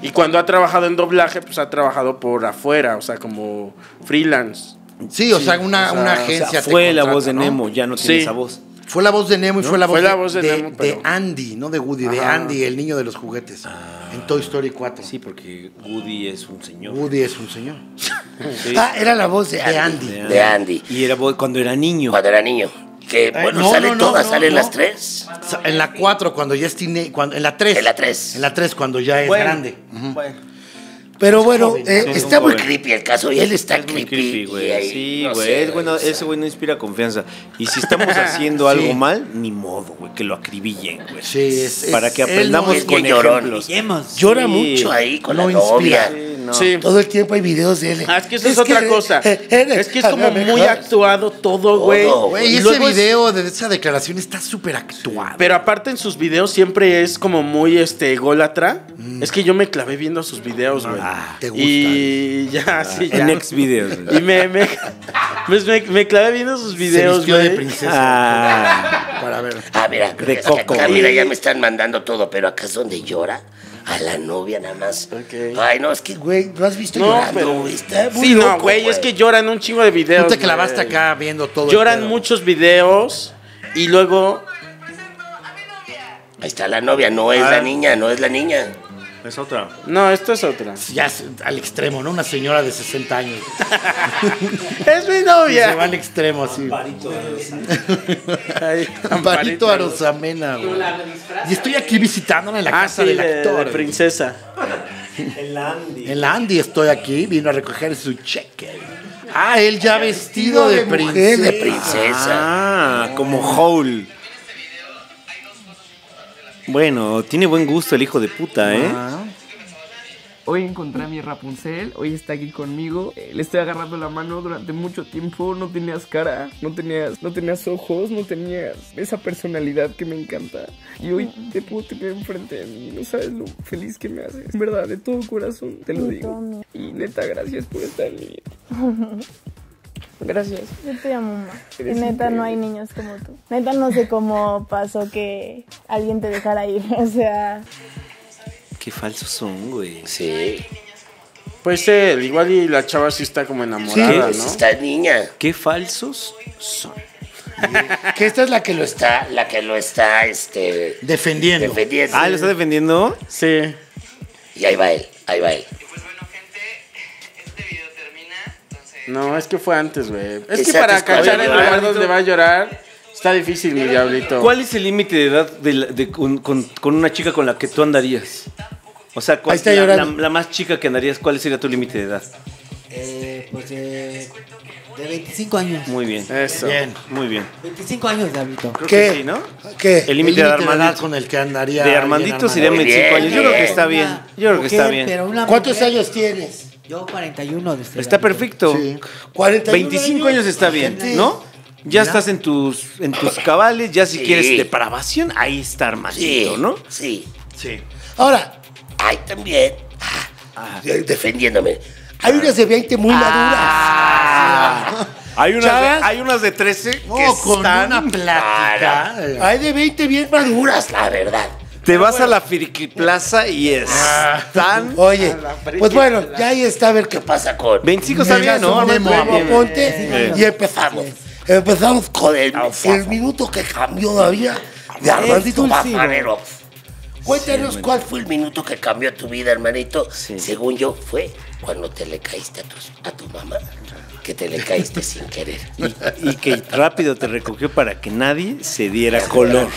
Speaker 4: Y cuando ha trabajado en doblaje, pues ha trabajado por afuera, o sea, como freelance.
Speaker 9: Sí, o sea, una,
Speaker 4: o
Speaker 9: una
Speaker 4: sea, o sea,
Speaker 9: agencia.
Speaker 2: O sea,
Speaker 9: te
Speaker 2: fue la
Speaker 9: contrata,
Speaker 2: voz de
Speaker 9: ¿no?
Speaker 2: Nemo, ya no tiene
Speaker 4: Sí.
Speaker 2: esa voz.
Speaker 9: Fue la voz de Nemo y fue la voz,
Speaker 4: Fue la
Speaker 9: de-
Speaker 4: voz de
Speaker 9: de,
Speaker 4: Nemo, pero-
Speaker 9: de Andy, no de Woody, de
Speaker 4: Ajá.
Speaker 9: Andy, el niño de los juguetes. En Toy Story 4.
Speaker 2: Sí, porque Woody es un señor.
Speaker 9: Woody es un señor.
Speaker 2: Sí.
Speaker 9: Ah, era la voz de Andy.
Speaker 2: De
Speaker 1: De Andy.
Speaker 2: Y era voz cuando era niño.
Speaker 1: Cuando era niño. Que bueno,
Speaker 9: Eh, no,
Speaker 1: salen
Speaker 9: no, no,
Speaker 1: todas,
Speaker 9: no,
Speaker 1: salen
Speaker 9: no.
Speaker 1: las tres.
Speaker 9: Sa- En la 4, cuando ya es tine- cuando En la 3.
Speaker 1: En la tres.
Speaker 9: En la 3, cuando ya es
Speaker 2: Bueno,
Speaker 9: grande.
Speaker 2: bueno.
Speaker 9: Pero bueno, eh,
Speaker 2: Sí, es un
Speaker 1: Está muy
Speaker 2: joven.
Speaker 1: creepy el caso y él está
Speaker 2: Es muy
Speaker 1: creepy.
Speaker 2: creepy,
Speaker 1: y
Speaker 2: güey.
Speaker 1: ahí,
Speaker 2: Sí,
Speaker 1: no
Speaker 2: güey.
Speaker 1: sé,
Speaker 2: es bueno,
Speaker 1: o sea,
Speaker 2: ese güey no inspira confianza. Y si estamos haciendo algo mal, ni modo, güey, que lo acribillen, güey.
Speaker 9: Sí, es-
Speaker 2: Para
Speaker 9: es-
Speaker 2: que
Speaker 9: él no
Speaker 2: aprendamos
Speaker 1: es
Speaker 2: con
Speaker 1: bien llorón.
Speaker 2: ejemplos.
Speaker 1: Llora
Speaker 2: Sí.
Speaker 1: mucho ahí con
Speaker 9: No
Speaker 1: la
Speaker 9: inspira.
Speaker 1: novia.
Speaker 2: Sí, no.
Speaker 4: Sí.
Speaker 9: Todo eh, el tiempo hay videos de él.
Speaker 4: Ah, es que eh, eso es, otra cosa. es que es como muy actuado todo, güey.
Speaker 1: güey.
Speaker 9: Güey,
Speaker 4: Y
Speaker 9: ese
Speaker 4: luego es-
Speaker 9: video de esa declaración está súper actuado.
Speaker 4: Pero aparte en sus videos siempre es como muy este ególatra. Es que yo me clavé viendo sus videos, güey.
Speaker 9: te
Speaker 4: Y ya, sí, ya.
Speaker 2: En next videos.
Speaker 4: Y me, me, pues me, me clavé viendo sus
Speaker 9: Se
Speaker 4: videos,
Speaker 9: vistió de
Speaker 4: güey.
Speaker 9: princesa.
Speaker 2: para ver.
Speaker 1: Ah, mira, creo
Speaker 2: De
Speaker 1: que hasta
Speaker 2: coco,
Speaker 1: acá,
Speaker 2: güey.
Speaker 1: mira, ya me están mandando todo, pero acá es donde llora a la novia nada más.
Speaker 4: Ok.
Speaker 1: Ay, no, es que, güey, ¿lo has visto
Speaker 4: No,
Speaker 1: llorando?
Speaker 4: pero-
Speaker 1: güey? Está muy
Speaker 4: Sí, no,
Speaker 1: loco,
Speaker 4: güey, es que lloran un chingo de videos.
Speaker 9: Tú te
Speaker 4: güey.
Speaker 9: clavaste acá viendo todo. el
Speaker 4: Lloran
Speaker 9: pedo.
Speaker 4: muchos videos y luego
Speaker 1: Ahí está la novia, no es
Speaker 2: Ah.
Speaker 1: la niña, no es la niña.
Speaker 2: Es otra.
Speaker 4: no, esto es otra.
Speaker 9: Ya se- al extremo, ¿no? Una señora de 60 años.
Speaker 4: es
Speaker 9: Y
Speaker 4: mi
Speaker 9: se va
Speaker 4: novia.
Speaker 9: al extremo, así.
Speaker 4: Ay,
Speaker 9: Amparito Arosamena, güey. Y estoy aquí visitándola en la
Speaker 4: Ah,
Speaker 9: casa
Speaker 4: sí,
Speaker 9: del
Speaker 4: de-
Speaker 9: actor.
Speaker 4: de
Speaker 9: güey.
Speaker 4: princesa.
Speaker 9: En la Andy estoy aquí, vino a recoger su cheque. Ah, él ya vestido de
Speaker 1: Es
Speaker 9: princesa.
Speaker 1: de princesa.
Speaker 2: Ah, como Hole. Bueno, tiene buen gusto el hijo de puta, ¿eh?
Speaker 7: Hoy encontré a mi Rapunzel, hoy está aquí conmigo. Eh, Le estoy agarrando la mano durante mucho tiempo. No tenías cara, no tenías, no tenías ojos, no tenías esa personalidad que me encanta. Y hoy te puedo tener enfrente de mí. No sabes lo feliz que me haces. En verdad, de todo corazón te lo digo. Y neta, gracias por estar en mi vida. Gracias.
Speaker 8: Yo te amo mamá. Y
Speaker 7: Eres
Speaker 8: neta
Speaker 7: increíble.
Speaker 8: no hay niños como tú. Neta no sé cómo pasó que alguien te dejara ir. O sea,
Speaker 2: Qué falsos son, güey.
Speaker 1: Sí,
Speaker 4: Pues él, igual y la chava sí está como enamorada,
Speaker 1: pues
Speaker 4: Ah, ¿no?
Speaker 1: está niña.
Speaker 2: Qué falsos son.
Speaker 1: Que esta es la que lo está, la que lo está, este,
Speaker 9: Defendiendo.
Speaker 1: defendiendo.
Speaker 2: Ah, ¿lo está defendiendo?
Speaker 4: Sí.
Speaker 1: Y ahí va él, ahí va él.
Speaker 4: No, es que fue antes, güey. Es que
Speaker 1: Exacto,
Speaker 4: para
Speaker 1: es cuando
Speaker 4: cachar el
Speaker 1: llora.
Speaker 4: lugar donde va a llorar está difícil, mi diablito.
Speaker 2: ¿Cuál es el límite de edad de la- de con, con- con una chica con la que tú andarías? O sea, con
Speaker 9: Ahí está
Speaker 2: la,
Speaker 9: llorando.
Speaker 2: la- la más chica que andarías, ¿cuál sería tu límite de edad?
Speaker 6: Eh, pues eh, de 25 años.
Speaker 2: Muy bien,
Speaker 4: Eso.
Speaker 9: Bien.
Speaker 2: muy bien.
Speaker 6: 25 años, Diablito.
Speaker 2: Creo
Speaker 9: ¿Qué?
Speaker 2: que sí, ¿no?
Speaker 9: ¿Qué?
Speaker 2: El límite de Armandito.
Speaker 9: edad con el que andaría.
Speaker 2: De
Speaker 9: alguien
Speaker 2: Armandito
Speaker 9: armado.
Speaker 2: sería
Speaker 1: Muy
Speaker 2: 25 años. Yo creo que
Speaker 1: bien.
Speaker 2: está bien. Yo creo que está bien.
Speaker 6: Pero una
Speaker 9: ¿Cuántos
Speaker 6: mujer-
Speaker 9: años tienes?
Speaker 6: Yo 41. de este
Speaker 2: Está
Speaker 6: Diablito.
Speaker 2: perfecto.
Speaker 9: Sí. 41
Speaker 2: 25 años está bien, ¿no? Ya estás en tus en tus cabales, ya si
Speaker 1: Sí.
Speaker 2: quieres depravación, ahí está
Speaker 1: Sí,
Speaker 2: Armandito, ¿no?
Speaker 1: Sí.
Speaker 2: Sí.
Speaker 9: Ahora,
Speaker 1: Ay, también. Ah, Defendiéndome.
Speaker 9: hay unas de 20 muy
Speaker 2: Ah.
Speaker 9: maduras.
Speaker 2: Hay unas, de,
Speaker 9: Chavas.
Speaker 2: hay unas de 13
Speaker 9: No,
Speaker 2: que
Speaker 9: con
Speaker 2: están-
Speaker 9: una plática.
Speaker 1: Hay de 20 bien maduras, la verdad.
Speaker 2: Te vas a la Friki Plaza y están
Speaker 9: Oye, pues bueno, ya ahí está a ver qué
Speaker 1: ¿Qué pasa con
Speaker 2: 25 pues, está bien, ¿no?
Speaker 9: Un
Speaker 2: Armando?
Speaker 9: demo,
Speaker 2: Bien.
Speaker 9: ponte
Speaker 2: Eh.
Speaker 9: y empezamos.
Speaker 1: Empezamos con el, el minuto que cambió la vida de Armandito
Speaker 6: Exclusivo.
Speaker 1: Bafanero. Cuéntanos cuál fue el minuto que cambió tu vida, hermanito. Según yo, fue cuando te le caíste a tu, a tu mamá, que te le caíste sin querer.
Speaker 2: Y, y que rápido te recogió para que nadie se diera color.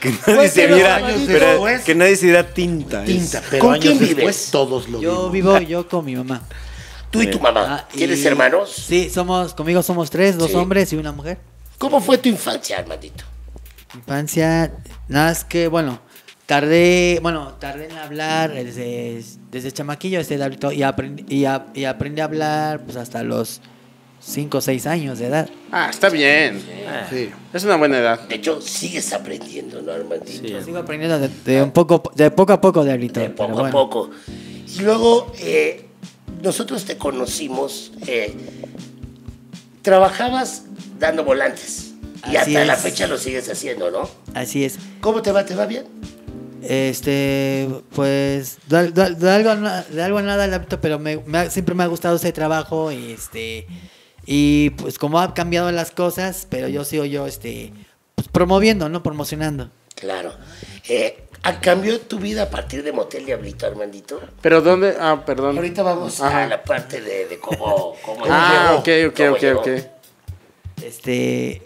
Speaker 2: Que nadie
Speaker 9: Pues,
Speaker 2: se
Speaker 9: pero
Speaker 2: viera,
Speaker 9: años
Speaker 2: pero
Speaker 9: después-
Speaker 2: que nadie se diera tinta. es-
Speaker 9: Tinta, pero
Speaker 1: ¿Con
Speaker 9: años
Speaker 1: quién vives?
Speaker 9: después todos lo
Speaker 6: Yo
Speaker 9: vimos.
Speaker 6: vivo yo con mi mamá.
Speaker 1: Tú y tu mamá,
Speaker 6: Ah, y-
Speaker 1: ¿tienes hermanos?
Speaker 6: Sí, somos, conmigo somos tres, dos
Speaker 1: Sí.
Speaker 6: hombres y una mujer.
Speaker 1: ¿Cómo fue tu infancia, Armandito?
Speaker 6: Infancia, nada es que, bueno, tardé, bueno, tardé en hablar desde, desde chamaquillo, este Diablito, y aprendí, y, a- y aprendí a hablar pues hasta los 5 o 6 años de edad.
Speaker 4: Ah, está bien.
Speaker 9: Sí.
Speaker 4: Es una buena edad.
Speaker 1: De hecho, sigues aprendiendo, ¿no, Armandito?
Speaker 6: Sigo aprendiendo de, de un poco, de poco a poco, Diablito.
Speaker 1: Ah. De
Speaker 6: pero
Speaker 1: poco a
Speaker 6: bueno.
Speaker 1: poco. Y luego, eh, nosotros te conocimos eh, trabajabas dando volantes. Y
Speaker 6: Así
Speaker 1: hasta la
Speaker 6: es.
Speaker 1: fecha lo sigues haciendo, ¿no?
Speaker 6: Así es.
Speaker 1: ¿Cómo te va? ¿Te va bien?
Speaker 6: Este, pues, de, al- de al- de algo, a na- de algo a nada el hábito, pero me- me ha- siempre me ha gustado ese trabajo y este, y pues como han cambiado las cosas, pero yo sigo yo, este, pues, promoviendo, ¿no? Promocionando.
Speaker 1: Claro. Eh, ¿ha- ¿Cambió tu vida a partir de Motel Diablito, Armandito?
Speaker 4: Pero ¿dónde? Ah, perdón.
Speaker 1: Ahorita vamos
Speaker 4: Ajá.
Speaker 1: a la parte de, de cómo, cómo
Speaker 4: Ah, ok,
Speaker 1: llegó,
Speaker 4: ok,
Speaker 1: cómo
Speaker 4: ok,
Speaker 1: llegó.
Speaker 4: ok.
Speaker 6: Este,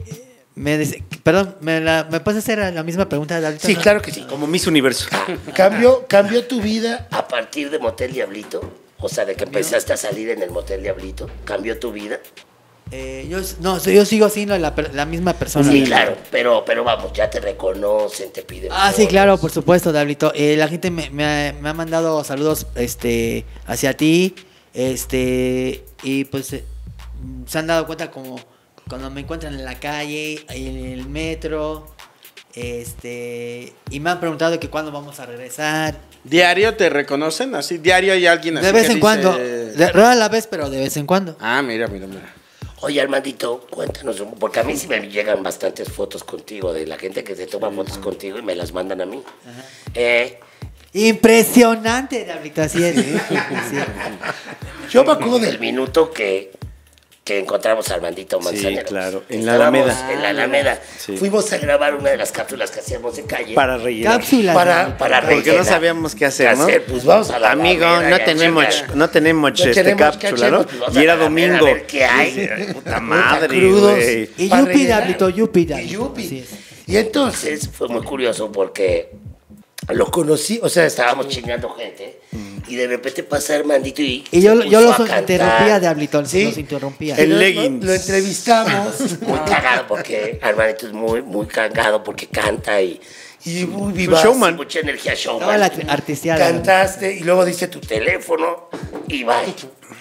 Speaker 6: me, des- perdón, ¿me, la, ¿me puedes hacer la misma pregunta de ahorita?
Speaker 1: Sí,
Speaker 6: no?
Speaker 1: claro que sí.
Speaker 2: Como Miss Universo.
Speaker 1: ¿Cambió, ¿Cambió tu vida a partir de Motel Diablito? O sea, de que empezaste a salir en el Motel Diablito. ¿Cambió tu vida?
Speaker 6: Eh, yo, s- no, yo sigo siendo la, per- la misma
Speaker 4: Ah,
Speaker 6: persona.
Speaker 1: Sí, claro. Pero, pero vamos, ya te reconocen, te piden.
Speaker 6: Ah, sí,
Speaker 1: fotos.
Speaker 6: claro, por supuesto, Dablito. Eh, la gente me, me ha, me ha mandado saludos este, hacia ti. Este, y pues eh, mm, se han dado cuenta como cuando me encuentran en la calle, en el metro. Este, y me han preguntado que cuándo vamos a regresar.
Speaker 4: ¿Diario te reconocen? Así, diario hay alguien así.
Speaker 6: De vez
Speaker 4: que
Speaker 6: en
Speaker 4: dice-
Speaker 6: cuando. De- Rara la vez, pero de vez en cuando.
Speaker 4: Ah, mira, mira, mira.
Speaker 1: Oye, Armandito, cuéntanos, un- porque a mí sí me llegan bastantes fotos contigo, de la gente que se toma fotos contigo y me las mandan a mí. Eh,
Speaker 6: Impresionante, Dablito, así es. Así es.
Speaker 1: yo me acuerdo del minuto que, que encontramos a Armandito Manzanero.
Speaker 2: claro, en
Speaker 1: Que
Speaker 2: la
Speaker 1: estábamos
Speaker 2: Alameda.
Speaker 1: En la Alameda.
Speaker 2: Sí.
Speaker 1: Fuimos a grabar una de las cápsulas que hacíamos de calle.
Speaker 2: Para rellenar.
Speaker 6: Cápsulas.
Speaker 1: para,
Speaker 6: Dablito.
Speaker 1: para
Speaker 2: Porque no
Speaker 1: rellenar.
Speaker 2: sabíamos qué hacer, ¿no?
Speaker 1: Pues vamos a la
Speaker 2: Amigo,
Speaker 1: Alameda
Speaker 2: no
Speaker 1: y a
Speaker 2: tenemos,
Speaker 1: chingar.
Speaker 2: no tenemos
Speaker 1: No
Speaker 2: este
Speaker 1: tenemos
Speaker 2: cápsula, ¿no?
Speaker 1: cachemos, pues, vamos
Speaker 2: Y
Speaker 1: a
Speaker 2: era
Speaker 1: la Alameda
Speaker 2: domingo.
Speaker 1: A ver qué hay.
Speaker 2: Dice, Puta madre,
Speaker 1: crudos.
Speaker 2: güey.
Speaker 6: Y
Speaker 1: para
Speaker 6: Yupi,
Speaker 1: rellenar.
Speaker 6: Dablito, Yupi,
Speaker 1: Y
Speaker 6: Dablito.
Speaker 1: yupi.
Speaker 6: así es.
Speaker 1: Y entonces fue muy curioso porque lo conocí, o sea, estábamos chingando gente
Speaker 2: Mm.
Speaker 1: y de repente pasa Armandito y.
Speaker 6: Y yo,
Speaker 1: se
Speaker 6: yo
Speaker 1: puso
Speaker 6: los
Speaker 1: a cantar.
Speaker 6: interrumpía, Diablito, los interrumpía.
Speaker 2: El
Speaker 1: Lo- lo-
Speaker 2: leggings.
Speaker 1: Lo entrevistamos.
Speaker 2: Ah.
Speaker 1: Muy cagado porque Armandito es muy, muy cagado porque canta y. Y muy vivaz,
Speaker 2: showman.
Speaker 1: mucha energía showman.
Speaker 6: Toda la artisteada.
Speaker 1: Cantaste y luego diste tu teléfono y bye.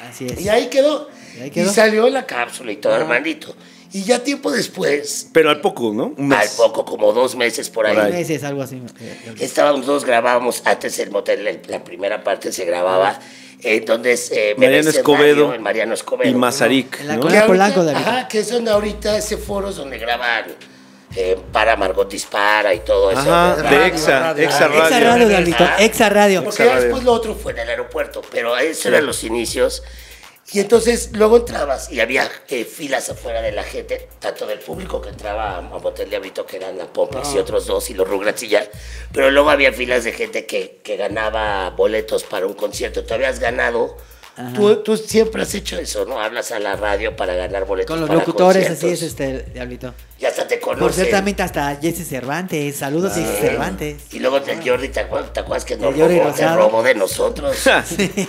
Speaker 6: Así es.
Speaker 1: Y ahí quedó.
Speaker 6: Y
Speaker 1: Y,
Speaker 6: ahí quedó.
Speaker 1: salió la cápsula y todo,
Speaker 2: Ah.
Speaker 1: Armandito. Y ya tiempo después,
Speaker 2: Pero al poco, ¿no? Un mes.
Speaker 1: al poco, como dos meses por ahí,
Speaker 2: Por ahí.
Speaker 6: meses, algo así.
Speaker 1: Eh, estábamos dos, grabábamos antes el motel, la, la primera parte se grababa, eh, donde es eh,
Speaker 2: Ah. Mariano
Speaker 1: Mercedes
Speaker 2: Escobedo,
Speaker 1: Radio, en Mariano Escobedo.
Speaker 2: y Mazarik.
Speaker 6: En la
Speaker 2: ¿no?
Speaker 1: Que
Speaker 6: colonia-
Speaker 1: ahorita-
Speaker 6: Polanco, David.
Speaker 1: Ajá, Ah, que son ahorita ese foro es donde graban eh, para Margot Dispara y todo eso.
Speaker 2: Ajá,
Speaker 1: ¿verdad?
Speaker 2: de Exa,
Speaker 3: radio.
Speaker 2: Exa Radio.
Speaker 6: Exa radio, Diablito.
Speaker 1: Ah.
Speaker 6: Exa radio.
Speaker 1: Porque
Speaker 2: Exa
Speaker 1: ya después lo
Speaker 2: radio.
Speaker 1: otro fue en el aeropuerto, pero eso eran los inicios. Y entonces luego entrabas y había eh, filas afuera de la gente, tanto del público que entraba a, a Motel Diablito, que eran la Pompas
Speaker 2: Ah.
Speaker 1: y otros dos, y los Rugrats y ya. Pero luego había filas de gente que, que ganaba boletos para un concierto. Tú habías ganado. Tú, tú siempre has hecho eso, ¿no? Hablas a la radio para ganar boletos.
Speaker 6: Con los
Speaker 1: para
Speaker 6: locutores, así es,
Speaker 1: conciertos.
Speaker 6: este, Diablito.
Speaker 1: Y hasta te conocen.
Speaker 6: Por ciertamente, hasta Jesse Cervantes. Saludos,
Speaker 1: Ah.
Speaker 6: Jesse Cervantes.
Speaker 1: Y luego el Jordi, ¿te acuerdas, te acuerdas que nos
Speaker 6: El Jordi
Speaker 1: robó, se
Speaker 6: Rosado.
Speaker 1: robó de nosotros?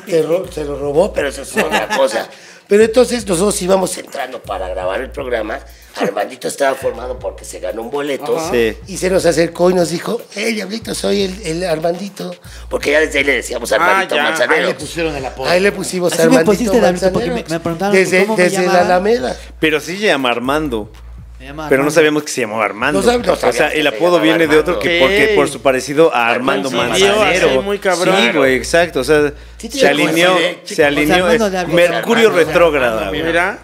Speaker 1: Te ro- se lo robó, pero eso es otra cosa. Pero entonces nosotros íbamos entrando para grabar el programa. Armandito estaba formado porque se ganó un boleto
Speaker 2: Sí.
Speaker 1: y se nos acercó y nos dijo, hey, Diablito, soy el, el Armandito. Porque ya desde ahí le decíamos Armandito
Speaker 4: ya.
Speaker 9: Ahí
Speaker 1: Manzanero.
Speaker 9: le pusieron el apodo.
Speaker 1: Ahí le pusimos
Speaker 6: Así me
Speaker 1: Armandito
Speaker 6: pusiste, Diablito,
Speaker 1: Manzanero.
Speaker 6: porque me- me preguntaron que
Speaker 1: desde,
Speaker 6: cómo me
Speaker 1: desde la
Speaker 6: llamaba.
Speaker 1: Alameda.
Speaker 2: Pero sí se llama Armando.
Speaker 6: Me llama
Speaker 2: Pero no
Speaker 6: Armando.
Speaker 2: sabíamos que se llamaba Armando.
Speaker 1: No sab- no
Speaker 2: o sea,
Speaker 1: sabíamos que
Speaker 2: el
Speaker 1: se
Speaker 2: apodo
Speaker 1: llamaba
Speaker 2: viene de otro
Speaker 1: Armando.
Speaker 2: que porque
Speaker 4: Ok.
Speaker 2: por su parecido a Armando
Speaker 4: Coincidió
Speaker 2: Manzanero.
Speaker 4: así, muy cabrón.
Speaker 2: Sí, güey, exacto. O sea,
Speaker 1: Sí, te
Speaker 2: se alineó,
Speaker 1: coincide,
Speaker 2: se alineó.
Speaker 6: Armando
Speaker 2: es
Speaker 6: de algo.
Speaker 2: Mercurio
Speaker 1: Armando,
Speaker 2: retrógrada, güey.
Speaker 4: Mira.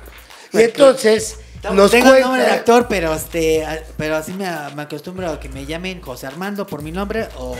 Speaker 1: Y entonces nos
Speaker 6: Tengo el nombre de
Speaker 1: cuenta...
Speaker 6: actor, pero este, a- pero así me, me acostumbro a que me llamen José Armando por mi nombre o,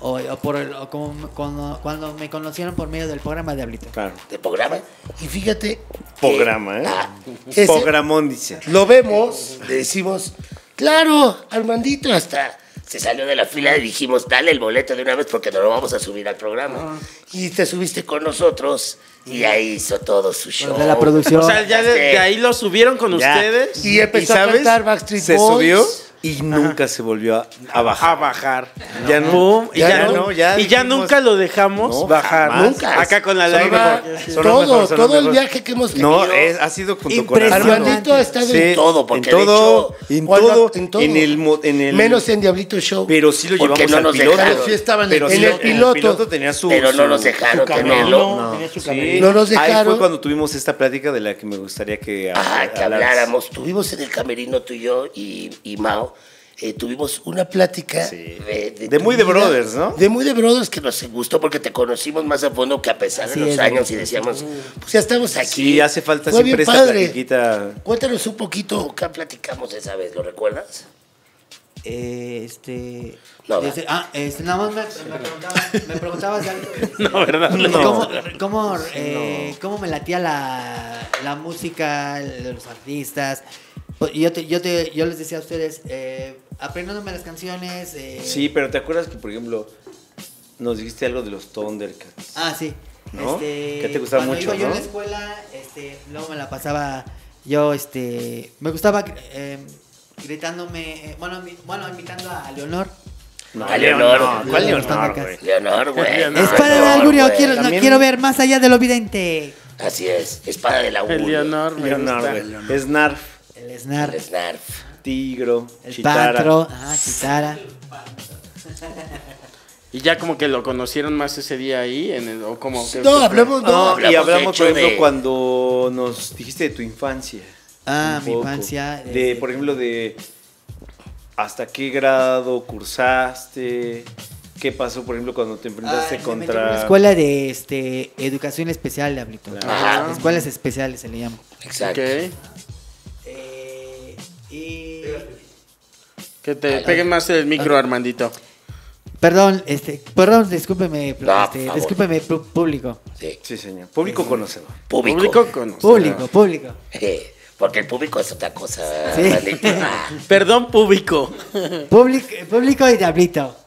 Speaker 6: o, o por el- o como- cuando, cuando me conocieron por medio del programa Diablito.
Speaker 2: Claro.
Speaker 1: de programa. Y fíjate. que-
Speaker 2: Programa, ¿eh?
Speaker 1: Ah, ese-
Speaker 2: Programón, dice.
Speaker 1: lo vemos, le decimos, claro, Armandito, hasta se salió de la fila y dijimos, dale el boleto de una vez porque no lo vamos a subir al programa. Y te subiste con nosotros y ahí hizo todo su show.
Speaker 6: Los de la producción.
Speaker 4: O sea, ya de, de ahí lo subieron con
Speaker 2: Ya.
Speaker 4: ustedes
Speaker 1: Y empezó a cantar Backstreet
Speaker 2: se
Speaker 1: Boys.
Speaker 2: subió y nunca se volvió a, a
Speaker 4: a
Speaker 2: bajar.
Speaker 4: bajar.
Speaker 2: Ya no.
Speaker 4: Boom, y
Speaker 2: Ya
Speaker 4: ya,
Speaker 2: no,
Speaker 4: no,
Speaker 2: ya
Speaker 4: y ya
Speaker 2: dijimos-
Speaker 4: nunca lo dejamos
Speaker 2: No,
Speaker 4: bajar.
Speaker 2: jamás.
Speaker 1: Nunca.
Speaker 4: Acá con la
Speaker 1: Sonó
Speaker 4: lágrima.
Speaker 1: la-
Speaker 2: Sonó
Speaker 1: todo,
Speaker 2: mejor, sonó
Speaker 1: todo el
Speaker 2: mejor.
Speaker 1: viaje que hemos tenido.
Speaker 2: No, es- ha sido junto con
Speaker 6: Impresionante.
Speaker 2: Armando.
Speaker 1: Armandito ha estado
Speaker 2: Sí,
Speaker 1: en todo, porque
Speaker 2: en
Speaker 1: de
Speaker 2: todo,
Speaker 1: hecho,
Speaker 2: en
Speaker 1: bueno,
Speaker 2: todo, en el mo- en el-
Speaker 1: menos en Diablito Show.
Speaker 2: Pero sí lo
Speaker 1: porque
Speaker 2: llevamos
Speaker 1: no
Speaker 2: al
Speaker 1: nos
Speaker 2: piloto.
Speaker 1: dejaron.
Speaker 9: Sí estaba en el
Speaker 2: Pero sí,
Speaker 1: piloto.
Speaker 2: el piloto tenía su.
Speaker 1: pero no
Speaker 2: su-
Speaker 1: nos dejaron tenerlo.
Speaker 9: No, tenía su
Speaker 2: Sí.
Speaker 9: camerino.
Speaker 1: No nos
Speaker 2: Ahí fue
Speaker 1: dejaron.
Speaker 2: cuando tuvimos esta plática de la que me gustaría que,
Speaker 1: Ajá,
Speaker 2: hablar-
Speaker 1: que habláramos. Estuvimos en el camerino tú y yo y, y Mao. eh, tuvimos una plática
Speaker 2: Sí.
Speaker 1: de,
Speaker 2: De
Speaker 1: tu
Speaker 2: muy de
Speaker 1: vida,
Speaker 2: brothers, Pues, ¿no?
Speaker 1: De muy de brothers que nos gustó porque te conocimos más a fondo que a pesar
Speaker 6: Así
Speaker 1: de los
Speaker 6: es,
Speaker 1: años
Speaker 6: ¿no?
Speaker 1: y decíamos, pues ya estamos aquí.
Speaker 2: Sí, hace falta
Speaker 1: Fue bien
Speaker 2: siempre esta
Speaker 1: padre.
Speaker 2: platiquita.
Speaker 1: Cuéntanos un poquito qué platicamos esa vez, ¿lo recuerdas?
Speaker 6: Eh, este.
Speaker 1: No, va.
Speaker 6: este- ah, este, nada más me, me preguntabas, me preguntabas de algo.
Speaker 4: No, ¿verdad?
Speaker 2: No.
Speaker 6: ¿Cómo, cómo, eh, cómo me latía la, la música, los artistas? Pues, Yo, te- yo, te- yo les decía a ustedes, eh, aprendiéndome las canciones. eh,
Speaker 2: Sí, pero ¿te acuerdas que, por ejemplo, nos dijiste algo de los Thundercats?
Speaker 6: Ah, sí.
Speaker 2: ¿No?
Speaker 6: Este,
Speaker 2: Que te gustaba
Speaker 6: cuando
Speaker 2: mucho,
Speaker 6: iba yo
Speaker 2: ¿no?
Speaker 6: a la escuela, este, luego me la pasaba yo, este, me gustaba eh, gritándome, eh, bueno, mi- bueno, invitando a Leonor.
Speaker 2: No,
Speaker 1: A Leonor.
Speaker 2: ¿Cuál
Speaker 6: Leonor?
Speaker 2: Leonor, güey?
Speaker 1: Leonor, güey.
Speaker 2: Ah,
Speaker 6: es para el
Speaker 1: Leonor,
Speaker 6: augurio,
Speaker 1: güey.
Speaker 6: quiero, no,
Speaker 2: También-
Speaker 6: quiero ver más allá de lo vidente.
Speaker 1: Así es, espada del augurio.
Speaker 4: Eleonor, me
Speaker 2: Leonor,
Speaker 4: gusta.
Speaker 2: güey. Snarf,
Speaker 6: El
Speaker 1: El
Speaker 6: Snar,
Speaker 1: Snarf.
Speaker 2: Tigro,
Speaker 6: el
Speaker 2: Chitara.
Speaker 6: Patro, ajá, Chitara.
Speaker 4: Y ya como que lo conocieron más ese día ahí, en el- o como que-
Speaker 1: No, hablemos,
Speaker 2: No,
Speaker 1: no,
Speaker 2: y
Speaker 1: de
Speaker 2: hablamos, por ejemplo,
Speaker 1: hecho, de-
Speaker 2: cuando nos dijiste de tu infancia.
Speaker 6: Ah,
Speaker 2: un
Speaker 6: mi
Speaker 2: poco.
Speaker 6: infancia.
Speaker 2: De,
Speaker 6: este,
Speaker 2: por ejemplo, de hasta qué grado cursaste, qué pasó, por ejemplo, cuando te
Speaker 6: ah,
Speaker 2: enfrentaste
Speaker 6: me metí en una
Speaker 2: contra...
Speaker 6: escuela de este, educación especial de Ablito.
Speaker 1: Ajá.
Speaker 6: Escuelas especiales se le llama.
Speaker 1: Exacto.
Speaker 4: Ok.
Speaker 6: Eh, y...
Speaker 4: Que te peguen más el micro, Armandito.
Speaker 6: Perdón, este, perdón, discúlpeme, pl-
Speaker 1: No, por
Speaker 6: este,
Speaker 1: favor.
Speaker 6: discúlpeme pu- público,
Speaker 1: Sí.
Speaker 2: Sí, señor. Público conocedor.
Speaker 1: Público.
Speaker 4: Público con
Speaker 6: público, público.
Speaker 1: Eh, porque el público es otra cosa.
Speaker 6: Sí.
Speaker 1: maldito. Ah,
Speaker 4: Perdón, público.
Speaker 6: Público, público y diablito.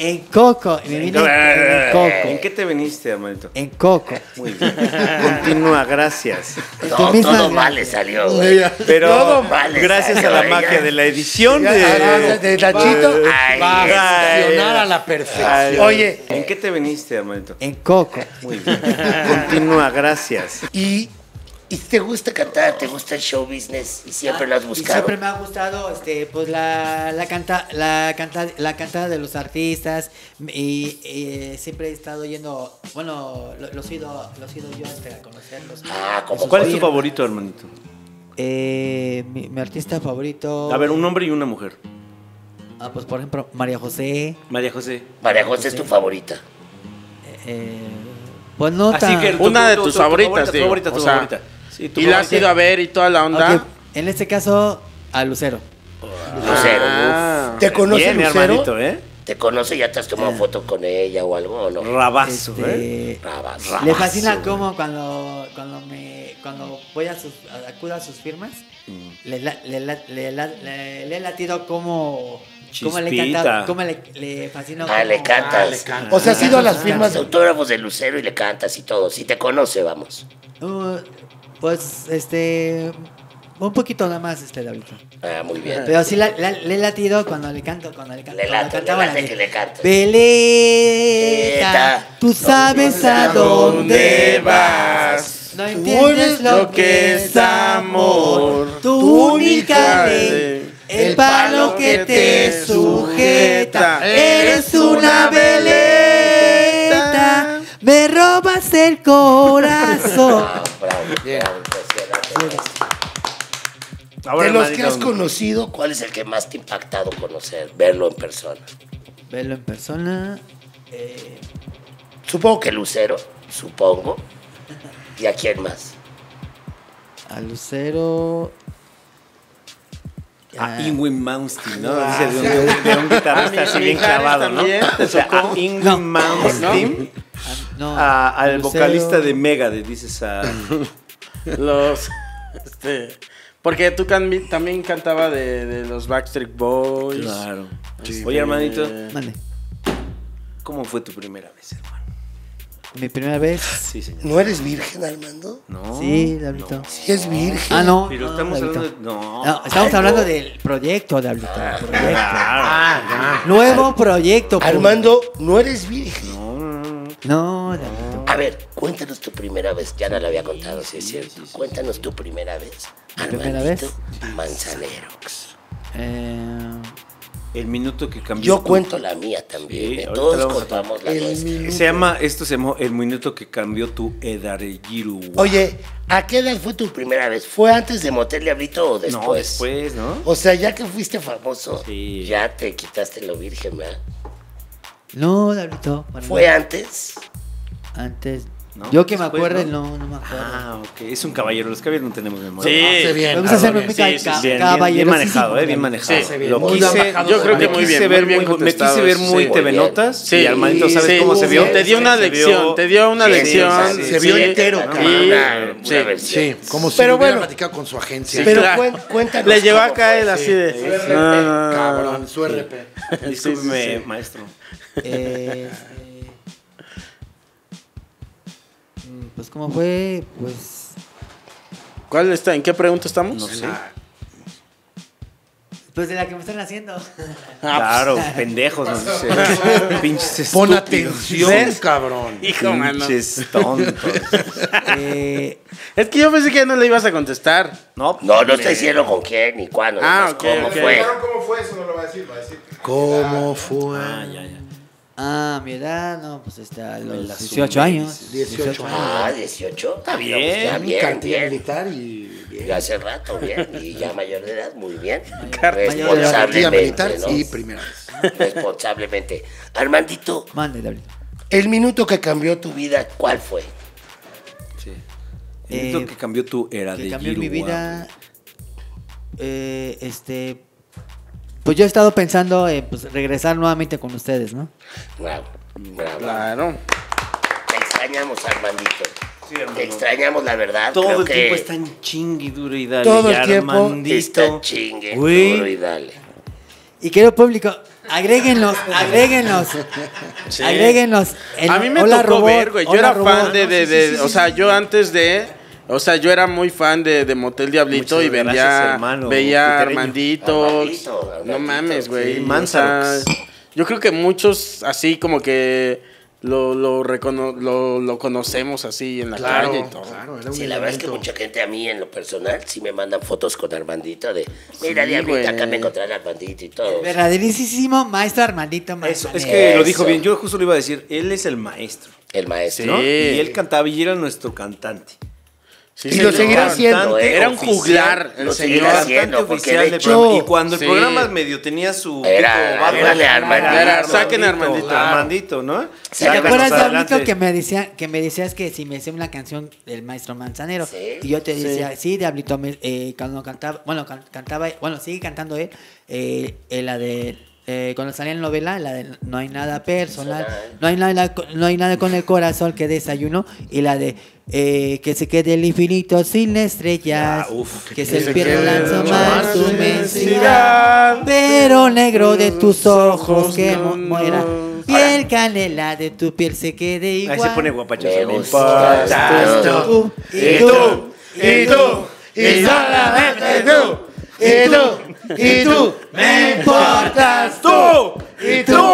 Speaker 6: En Coco, me vine en
Speaker 2: ¿En qué
Speaker 6: Coco.
Speaker 2: te viniste, Amalito?
Speaker 6: En Coco.
Speaker 2: Muy bien. Continúa, gracias.
Speaker 6: En tu
Speaker 1: no,
Speaker 6: misma
Speaker 1: todo
Speaker 6: gracia.
Speaker 1: mal le salió, güey.
Speaker 2: Pero
Speaker 1: Todo mal le
Speaker 2: gracias
Speaker 1: salió,
Speaker 2: a la
Speaker 1: güey.
Speaker 2: magia de la edición de...
Speaker 9: De, de Nachito,
Speaker 1: Ay,
Speaker 9: va a
Speaker 2: ay,
Speaker 9: funcionar a la perfección. Oye,
Speaker 2: ¿en qué te viniste, Amalito?
Speaker 6: En Coco.
Speaker 2: Muy bien. eh, Continúa, gracias.
Speaker 1: Y, y te gusta cantar, te gusta el show business y siempre lo has
Speaker 6: Ah, Y
Speaker 1: buscado.
Speaker 6: siempre me ha gustado este, pues la, la, canta, la, canta, la cantada de los artistas y, y, eh, siempre he estado yendo, bueno, lo- los he ido, los he ido yo este, a conocerlos.
Speaker 1: Ah, como
Speaker 2: ¿Cuál es tu
Speaker 1: Oye,
Speaker 2: favorito, hermanito?
Speaker 6: Eh, mi, mi artista favorito.
Speaker 2: A ver, un hombre y una mujer.
Speaker 6: Ah, pues por ejemplo, María José.
Speaker 2: María José.
Speaker 1: María José es tu favorita.
Speaker 6: eh, pues no tan-
Speaker 2: tu-
Speaker 4: Una
Speaker 2: tu-
Speaker 4: de
Speaker 2: tu-
Speaker 4: tus
Speaker 2: tu
Speaker 4: favoritas,
Speaker 2: tu
Speaker 4: digo,
Speaker 2: favorita,
Speaker 4: o
Speaker 2: tu
Speaker 4: sea,
Speaker 2: favorita. Sí, tu
Speaker 4: Y la has
Speaker 2: favorita.
Speaker 4: ido a ver y toda la onda.
Speaker 6: Ok, En este caso, a Lucero.
Speaker 1: Lucero.
Speaker 4: Ah.
Speaker 1: ¿Te conoce
Speaker 2: Bien,
Speaker 1: Lucero?
Speaker 2: hermanito, ¿eh?
Speaker 1: ¿Te conoce? ¿Ya te has tomado foto con ella o algo o no?
Speaker 2: Rabazo, ¿eh?
Speaker 6: Este,
Speaker 1: Rabas.
Speaker 6: Le fascina cómo cuando, cuando me cuando voy a sus a- acudo a sus firmas
Speaker 2: Mm.
Speaker 6: le, la- le, la- le, la- le- le he latido como cómo le
Speaker 2: Chispita.
Speaker 6: encanta cómo le, le fascina
Speaker 1: Ah, le
Speaker 6: cómo-
Speaker 1: cantas.
Speaker 3: cantas.
Speaker 1: o sea, has ido a las firmas de autógrafos de Lucero y le cantas y todo. Si te conoce, vamos.
Speaker 6: Uh, pues este un poquito nada más este de ahorita.
Speaker 1: Ah, muy bien.
Speaker 6: Pero sí la- la- le he latido cuando le canto, cuando le canto.
Speaker 1: Le
Speaker 6: cuando
Speaker 1: late,
Speaker 6: cantaba
Speaker 1: le late
Speaker 6: la de-
Speaker 1: que le cantes.
Speaker 6: Veleta,
Speaker 1: Veleta,
Speaker 6: tú sabes a dónde
Speaker 4: vas?
Speaker 6: vas. No entiendes lo que es amor. Tu única ley, el palo que te sujeta. Eres una veleta, me robas el corazón.
Speaker 1: Ah, bravo, bravo, impresionante.
Speaker 2: Ahora,
Speaker 1: de los que has
Speaker 2: hermanito,
Speaker 1: conocido, ¿cuál es el que más te ha impactado conocer, verlo en persona?
Speaker 6: Verlo en persona. eh,
Speaker 1: Supongo que Lucero, supongo. ¿Y a quién más?
Speaker 6: A Lucero.
Speaker 2: A
Speaker 6: Ah,
Speaker 2: Ingwin Malmsteen, ¿no? Dice de un, de un- de un guitarrista así bien
Speaker 4: Mijares
Speaker 2: clavado, ¿no?
Speaker 4: también, te
Speaker 2: O sea, a Ingwin
Speaker 6: Ah, No.
Speaker 2: Malmsteen,
Speaker 6: a- no,
Speaker 2: a- Ah, al
Speaker 6: Lucero.
Speaker 2: vocalista de Megadeth, dices a...
Speaker 4: Los. Este. Porque tú can- también cantaba de, de los Backstreet Boys.
Speaker 2: Claro. Oye, hermanito,
Speaker 4: Eh,
Speaker 6: Mande.
Speaker 2: ¿cómo fue tu primera vez, hermano?
Speaker 6: Mi primera vez.
Speaker 2: Sí, señor.
Speaker 1: ¿No eres virgen, Armando?
Speaker 2: No.
Speaker 6: Sí, Diablito.
Speaker 1: Sí, es virgen.
Speaker 6: Ah, no.
Speaker 2: Pero
Speaker 6: no,
Speaker 2: estamos
Speaker 6: Diablito.
Speaker 2: hablando de... No.
Speaker 6: No, estamos hablando del proyecto, Diablito. proyecto.
Speaker 2: Claro.
Speaker 6: Nuevo proyecto. público.
Speaker 1: Armando, no eres virgen.
Speaker 2: No, no, no.
Speaker 6: No, Diablito.
Speaker 1: A ver, cuéntanos tu primera vez. Ya no la había contado, sí, es cierto. Cuéntanos tu primera vez.
Speaker 6: ¿Mi primera
Speaker 1: Armandito Manzanero.
Speaker 6: Eh,
Speaker 2: El minuto que cambió.
Speaker 1: Yo
Speaker 2: tu-
Speaker 1: cuento la mía también.
Speaker 2: Sí,
Speaker 1: ¿eh?
Speaker 2: ahorita
Speaker 1: Todos
Speaker 2: vamos a-
Speaker 1: contamos la nuestra.
Speaker 2: Se llama, esto se llamó El minuto que cambió tu Edarejiru.
Speaker 1: Oye, ¿a qué edad fue tu primera vez? ¿Fue antes de Motel Diablito o después?
Speaker 2: No, después, ¿no?
Speaker 1: O sea, ya que fuiste famoso,
Speaker 2: Sí.
Speaker 1: ya te quitaste lo virgen, ¿verdad?
Speaker 6: No, Dablito. para
Speaker 1: ¿Fue
Speaker 6: mí.
Speaker 1: antes?
Speaker 6: antes.
Speaker 2: No,
Speaker 6: Yo que me
Speaker 2: después,
Speaker 6: acuerde,
Speaker 2: ¿no?
Speaker 6: no, no me acuerdo.
Speaker 2: Ah, ok. Es un caballero. Los caballeros no tenemos memoria. Ah,
Speaker 4: Sí.
Speaker 9: Hace bien.
Speaker 6: me gusta
Speaker 9: hace
Speaker 6: hacer
Speaker 9: bien.
Speaker 6: mi ca-
Speaker 4: sí, sí,
Speaker 6: ca-
Speaker 2: Bien, bien, bien
Speaker 6: caballerosísimo,
Speaker 2: manejado, eh, bien manejado.
Speaker 4: Sí,
Speaker 9: bien.
Speaker 2: Lo
Speaker 9: Muy
Speaker 2: quise,
Speaker 9: bien bajado,
Speaker 4: yo creo
Speaker 2: me
Speaker 4: que muy
Speaker 2: quise
Speaker 4: bien,
Speaker 2: ver
Speaker 4: muy
Speaker 2: muy-
Speaker 4: bien
Speaker 2: me quise
Speaker 4: contestado,
Speaker 2: ver
Speaker 4: sí.
Speaker 2: muy
Speaker 1: Muy
Speaker 2: Tevenotas
Speaker 4: Sí,
Speaker 2: y Armandito, ¿sabes
Speaker 4: sí,
Speaker 2: cómo se vio?
Speaker 4: Te dio una
Speaker 2: Se vio-
Speaker 4: lección, te dio una
Speaker 2: Sí,
Speaker 4: lección.
Speaker 2: sí, sí,
Speaker 9: Se vio entero,
Speaker 4: sí,
Speaker 9: cabrón.
Speaker 1: Una- una
Speaker 4: sí.
Speaker 1: versión.
Speaker 9: Sí, como si
Speaker 4: Pero
Speaker 9: lo hubiera
Speaker 4: bueno.
Speaker 9: platicado con su agencia.
Speaker 4: Sí,
Speaker 1: Pero
Speaker 4: claro.
Speaker 1: cuen- cuéntanos.
Speaker 4: Le llegó a
Speaker 1: cómo fue.
Speaker 4: caer así de. No, no, no,
Speaker 9: Cabrón, su RP.
Speaker 2: Discúlpeme, maestro.
Speaker 6: Eh, este, mm, pues, ¿cómo fue? Pues,
Speaker 4: ¿Cuál está? ¿En qué pregunta estamos?
Speaker 2: No sé.
Speaker 6: pues de la que me están haciendo.
Speaker 4: pues, Ah,
Speaker 2: Claro, pendejos. nos dice. Pinches
Speaker 9: Pon
Speaker 2: estúpidos.
Speaker 4: pues,
Speaker 9: atención,
Speaker 2: ¿Ves?
Speaker 9: cabrón.
Speaker 4: Hijo, mano.
Speaker 2: Pinches tontos.
Speaker 6: Eh,
Speaker 4: Es que yo pensé que no le ibas a contestar.
Speaker 2: No,
Speaker 1: No, no te hicieron con quién ni cuándo.
Speaker 4: Ah,
Speaker 1: Ah,
Speaker 4: ok,
Speaker 1: ¿Cómo
Speaker 4: ok.
Speaker 1: fue?
Speaker 5: ¿Cómo fue eso? No lo va a decir, va a decir.
Speaker 9: ¿Cómo fue?
Speaker 6: ah, mi edad, no, pues está a los
Speaker 2: la
Speaker 6: 18
Speaker 2: sumé,
Speaker 6: años.
Speaker 9: 18
Speaker 1: Ah, 18. Está
Speaker 2: bien.
Speaker 1: Está
Speaker 9: Mi
Speaker 1: bien,
Speaker 9: cartilla
Speaker 1: bien.
Speaker 9: militar y... bien.
Speaker 1: Ya hace rato, bien. Y ya mayor de edad, muy bien.
Speaker 6: Mayor de edad.
Speaker 9: Cartilla
Speaker 1: Responsablemente.
Speaker 9: militar
Speaker 1: ¿no?
Speaker 9: y primera vez.
Speaker 1: Responsablemente. Armandito,
Speaker 6: Mande, Dablito.
Speaker 1: el minuto que cambió tu vida, ¿cuál fue?
Speaker 2: Sí. El minuto
Speaker 6: Eh,
Speaker 2: que cambió tu era
Speaker 6: que
Speaker 2: de
Speaker 6: cambió
Speaker 2: Giru,
Speaker 6: mi
Speaker 2: guau.
Speaker 6: vida. eh, este. Pues yo he estado pensando en pues, regresar nuevamente con ustedes, ¿no?
Speaker 1: Bravo, bravo.
Speaker 4: Claro.
Speaker 1: Te extrañamos, Armandito. Te extrañamos, la verdad.
Speaker 2: Todo
Speaker 1: Ah, Creo
Speaker 2: el
Speaker 1: que
Speaker 2: tiempo están chingui duro y dale.
Speaker 1: Todo
Speaker 2: y
Speaker 1: el tiempo
Speaker 2: Armandito.
Speaker 1: está chingue.
Speaker 2: Güey.
Speaker 1: duro y dale.
Speaker 6: Y querido público, agréguenlos, agréguenlos. Agréguenlos. en
Speaker 4: a mí me
Speaker 6: Hola,
Speaker 4: tocó
Speaker 6: Robot,
Speaker 4: ver, güey. Yo
Speaker 6: Hola,
Speaker 4: era
Speaker 6: Robot.
Speaker 4: fan de. de, de- o sea, yo antes de. O sea, yo era muy fan de, de Motel Diablito
Speaker 2: Muchas
Speaker 4: y veía,
Speaker 2: gracias, hermano,
Speaker 4: veía a
Speaker 2: Petereño.
Speaker 4: Armandito.
Speaker 1: Armandito, Armandito,
Speaker 4: No mames, güey.
Speaker 2: sí,
Speaker 4: O
Speaker 2: Manzarox.
Speaker 4: sea, yo creo que muchos así como que lo, lo, recono- lo, lo conocemos así en la calle y
Speaker 9: Claro,
Speaker 4: todo.
Speaker 9: claro, era un e-,
Speaker 1: Sí, la verdad es que
Speaker 9: elemento.
Speaker 1: mucha gente a mí en lo personal sí me mandan fotos con Armandito de, mira, Diablita,
Speaker 4: güey.
Speaker 1: acá me encontré al Armandito y todo.
Speaker 6: Verdaderísimo maestro Armandito
Speaker 2: Eso, es
Speaker 6: Manzanero.
Speaker 2: que lo dijo
Speaker 1: Eso.
Speaker 2: bien. Yo justo lo iba a decir. Él es el maestro.
Speaker 1: El maestro.
Speaker 2: ¿no?
Speaker 4: Sí.
Speaker 2: Y él cantaba y era nuestro cantante.
Speaker 9: Y
Speaker 4: Sí,
Speaker 9: lo
Speaker 4: señor.
Speaker 9: seguirá
Speaker 1: Cantante
Speaker 9: haciendo,
Speaker 1: oficial.
Speaker 4: Era un juglar, el
Speaker 1: Lo
Speaker 4: señor.
Speaker 1: seguirá haciendo, porque de
Speaker 2: oficial del programa.
Speaker 1: hecho...
Speaker 2: Y cuando
Speaker 4: Sí.
Speaker 2: el programa medio tenía su.
Speaker 1: Era-
Speaker 2: pico bajo,
Speaker 1: era de Armandito.
Speaker 4: Era- saquen a Armandito.
Speaker 2: Claro. Armandito, ¿no?
Speaker 1: ¿Se
Speaker 6: ¿Te acuerdas, Diablito,
Speaker 2: Armandito
Speaker 6: que me, decía, que me decías que si me hacía una canción del maestro Manzanero?
Speaker 1: Sí.
Speaker 6: Y yo te decía, sí, Diablito, me- eh, cuando cantaba, bueno, can- cantaba, bueno, sigue cantando él, eh, eh, la de, eh, cuando salía en novela, la de No hay nada personal, no hay nada, co- no hay nada con el corazón que desayuno, y la de eh, que se quede el infinito sin estrellas,
Speaker 2: Ah, uf.
Speaker 6: que se
Speaker 9: se
Speaker 6: pierda
Speaker 9: quede
Speaker 6: lanza
Speaker 9: mucho
Speaker 6: más
Speaker 9: más
Speaker 6: su
Speaker 9: su
Speaker 6: mensidad,
Speaker 4: mensidad.
Speaker 6: pero negro de tus ojos que
Speaker 4: no,
Speaker 6: mu- muera.
Speaker 4: no.
Speaker 6: Piel canela de tu piel se quede igual.
Speaker 2: Ahí se pone guapacho.
Speaker 1: Me
Speaker 2: también.
Speaker 1: gusta esto.
Speaker 6: Tú, y tú,
Speaker 9: Y tú, y solamente tú, y tú, y tú, me importas tú, y tú,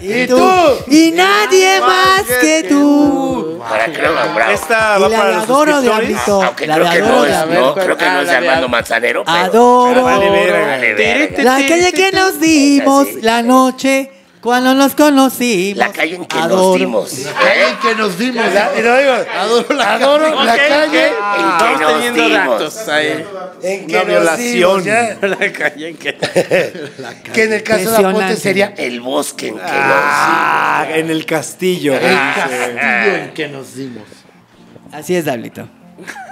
Speaker 9: y tú.
Speaker 6: y nadie más que tú.
Speaker 1: Ahora creo que bravo.
Speaker 2: Esta va
Speaker 6: Y la
Speaker 2: para los
Speaker 6: adoro de
Speaker 2: suscriptores.
Speaker 6: Diablito.
Speaker 1: Aunque
Speaker 6: La
Speaker 1: creo
Speaker 6: de
Speaker 1: que
Speaker 6: adoro
Speaker 1: no
Speaker 6: de
Speaker 1: es,
Speaker 6: Ablito.
Speaker 1: no, creo que
Speaker 4: Ah,
Speaker 1: no es de
Speaker 4: la de-
Speaker 1: Armando Manzanero, pero... ah,
Speaker 6: Adoro.
Speaker 2: Vale, verga.
Speaker 1: Vale, verga.
Speaker 6: La calle que nos dimos la noche cuando nos conocimos.
Speaker 1: La calle en que
Speaker 6: Adoro.
Speaker 1: nos dimos. ¿eh?
Speaker 9: Ahí que nos dimos. ¿eh? Adoro la, adoro la calle. Ah,
Speaker 1: en que
Speaker 4: Estamos
Speaker 1: nos
Speaker 4: teniendo
Speaker 1: dimos.
Speaker 4: datos ahí.
Speaker 9: En
Speaker 2: Una violación.
Speaker 4: La calle en que.
Speaker 9: Que en el caso de Aponte
Speaker 6: Impresionante.
Speaker 9: sería
Speaker 1: El bosque en que
Speaker 2: Ah, en el castillo.
Speaker 9: el
Speaker 2: Ah.
Speaker 9: castillo en que nos dimos.
Speaker 6: Así es, Dablito.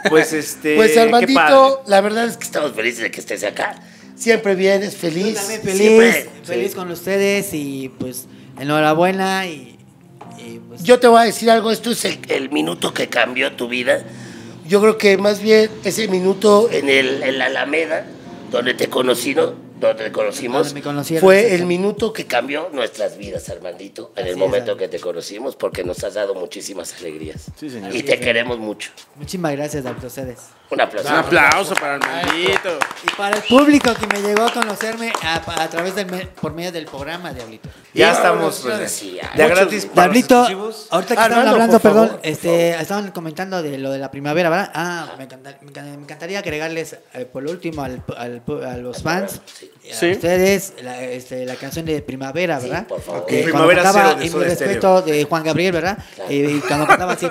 Speaker 2: Pues este.
Speaker 9: Pues
Speaker 2: qué padre.
Speaker 9: Armandito, la verdad es
Speaker 1: nos...
Speaker 9: que
Speaker 1: Estamos felices de que estés acá.
Speaker 9: siempre vienes feliz.
Speaker 6: También
Speaker 1: Siempre.
Speaker 6: feliz, feliz con ustedes y pues enhorabuena y, y, pues,
Speaker 9: Yo te voy a decir algo, esto es el...
Speaker 1: El, el minuto que cambió tu vida
Speaker 9: Yo creo que más bien ese minuto
Speaker 1: en, el, en la Alameda, donde te conocí, ¿no? Donde te conocimos.
Speaker 6: Donde me conocieron.
Speaker 9: fue el
Speaker 6: Sí.
Speaker 9: minuto que
Speaker 1: que cambió nuestras vidas, Armandito, en el
Speaker 6: es,
Speaker 1: momento
Speaker 6: Armando.
Speaker 1: que te conocimos, porque nos has dado muchísimas alegrías.
Speaker 2: Sí, señor.
Speaker 1: Y te queremos mucho.
Speaker 6: Muchísimas gracias Dablito, a ustedes.
Speaker 1: Un aplauso.
Speaker 4: Un aplauso para el maldito.
Speaker 6: Y para el público que me llegó a conocerme a, a través del me- por medio del programa, Diablito.
Speaker 1: Y-
Speaker 2: Ya estamos,
Speaker 1: Yo
Speaker 2: pues,
Speaker 1: decía,
Speaker 2: de a
Speaker 1: mucho-
Speaker 2: gratis para los
Speaker 6: Diablito,
Speaker 2: archivos.
Speaker 6: ahorita que
Speaker 3: Ah,
Speaker 6: estaban
Speaker 3: Armando,
Speaker 6: hablando,
Speaker 3: por favor,
Speaker 6: perdón,
Speaker 3: por
Speaker 6: este, estaban comentando de lo de la primavera, ¿verdad? Ah, me, encanta- me encan- me encantaría agregarles eh, por lo último al, al- a los fans, y a
Speaker 4: Sí.
Speaker 6: ustedes, la, este, la canción de primavera, ¿verdad?
Speaker 1: por favor.
Speaker 6: Que cuando
Speaker 2: Primavera
Speaker 6: cantaba,
Speaker 2: Cero de
Speaker 6: en mi
Speaker 2: Soda Stereo.
Speaker 6: respeto de Juan Gabriel, ¿verdad? Eh, y cuando cantaba así,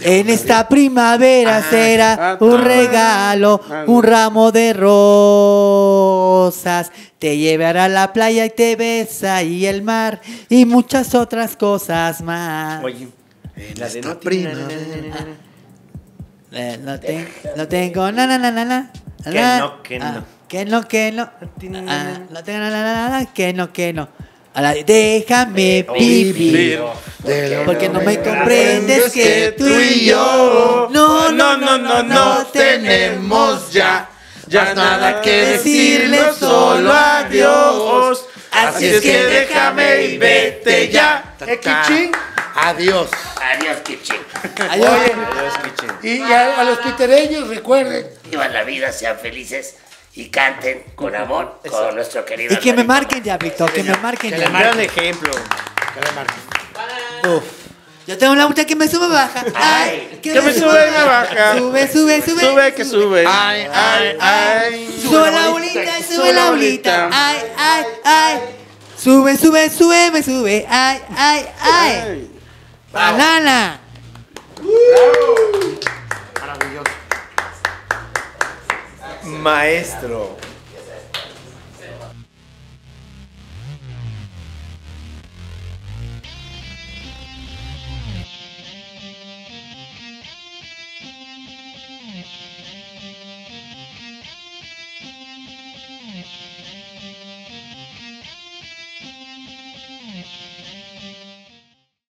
Speaker 6: en esta primavera será
Speaker 4: ah,
Speaker 6: un
Speaker 4: ah,
Speaker 6: regalo,
Speaker 4: ah,
Speaker 6: un ramo de rosas. Te llevará a la playa y te besa y el mar y muchas otras cosas más.
Speaker 2: Oye, la de no
Speaker 6: Eh, no, te- no tengo na na na na na.
Speaker 2: Que
Speaker 6: na,
Speaker 2: no, que
Speaker 6: ah,
Speaker 2: no.
Speaker 6: que no, que no. Ah, no tengo na na na na, na, que no, que no. A la-
Speaker 2: Eh,
Speaker 6: déjame vivir. Porque no me comprendes que tú y yo no, no, no, no, no tenemos ya.
Speaker 4: Ya nada que decirle, solo adiós. Así es que déjame y vete ya.
Speaker 3: Equichín. Adiós.
Speaker 1: Adiós, Kipching.
Speaker 6: Adiós.
Speaker 9: Y, y a, a los pitereños, recuerden.
Speaker 1: Vivan la vida, sean felices y canten con amor con nuestro querido.
Speaker 6: Y que me
Speaker 1: Alvarito.
Speaker 6: marquen, Diablito, que me marquen.
Speaker 2: Un
Speaker 6: Diablito.
Speaker 2: gran ejemplo.
Speaker 6: Yo tengo una muchacha que me sube baja. Ay,
Speaker 4: que me sube y me baja.
Speaker 6: Sube, sube, sube.
Speaker 4: Sube que sube.
Speaker 3: Ay, ay, ay.
Speaker 6: Sube la bolita, sube la bolita.
Speaker 4: bolita.
Speaker 6: Ay, ay, ay. Sube, sube, sube, me sube. Ay, ay, ay.
Speaker 4: Ay.
Speaker 6: Banana.
Speaker 2: Maestro.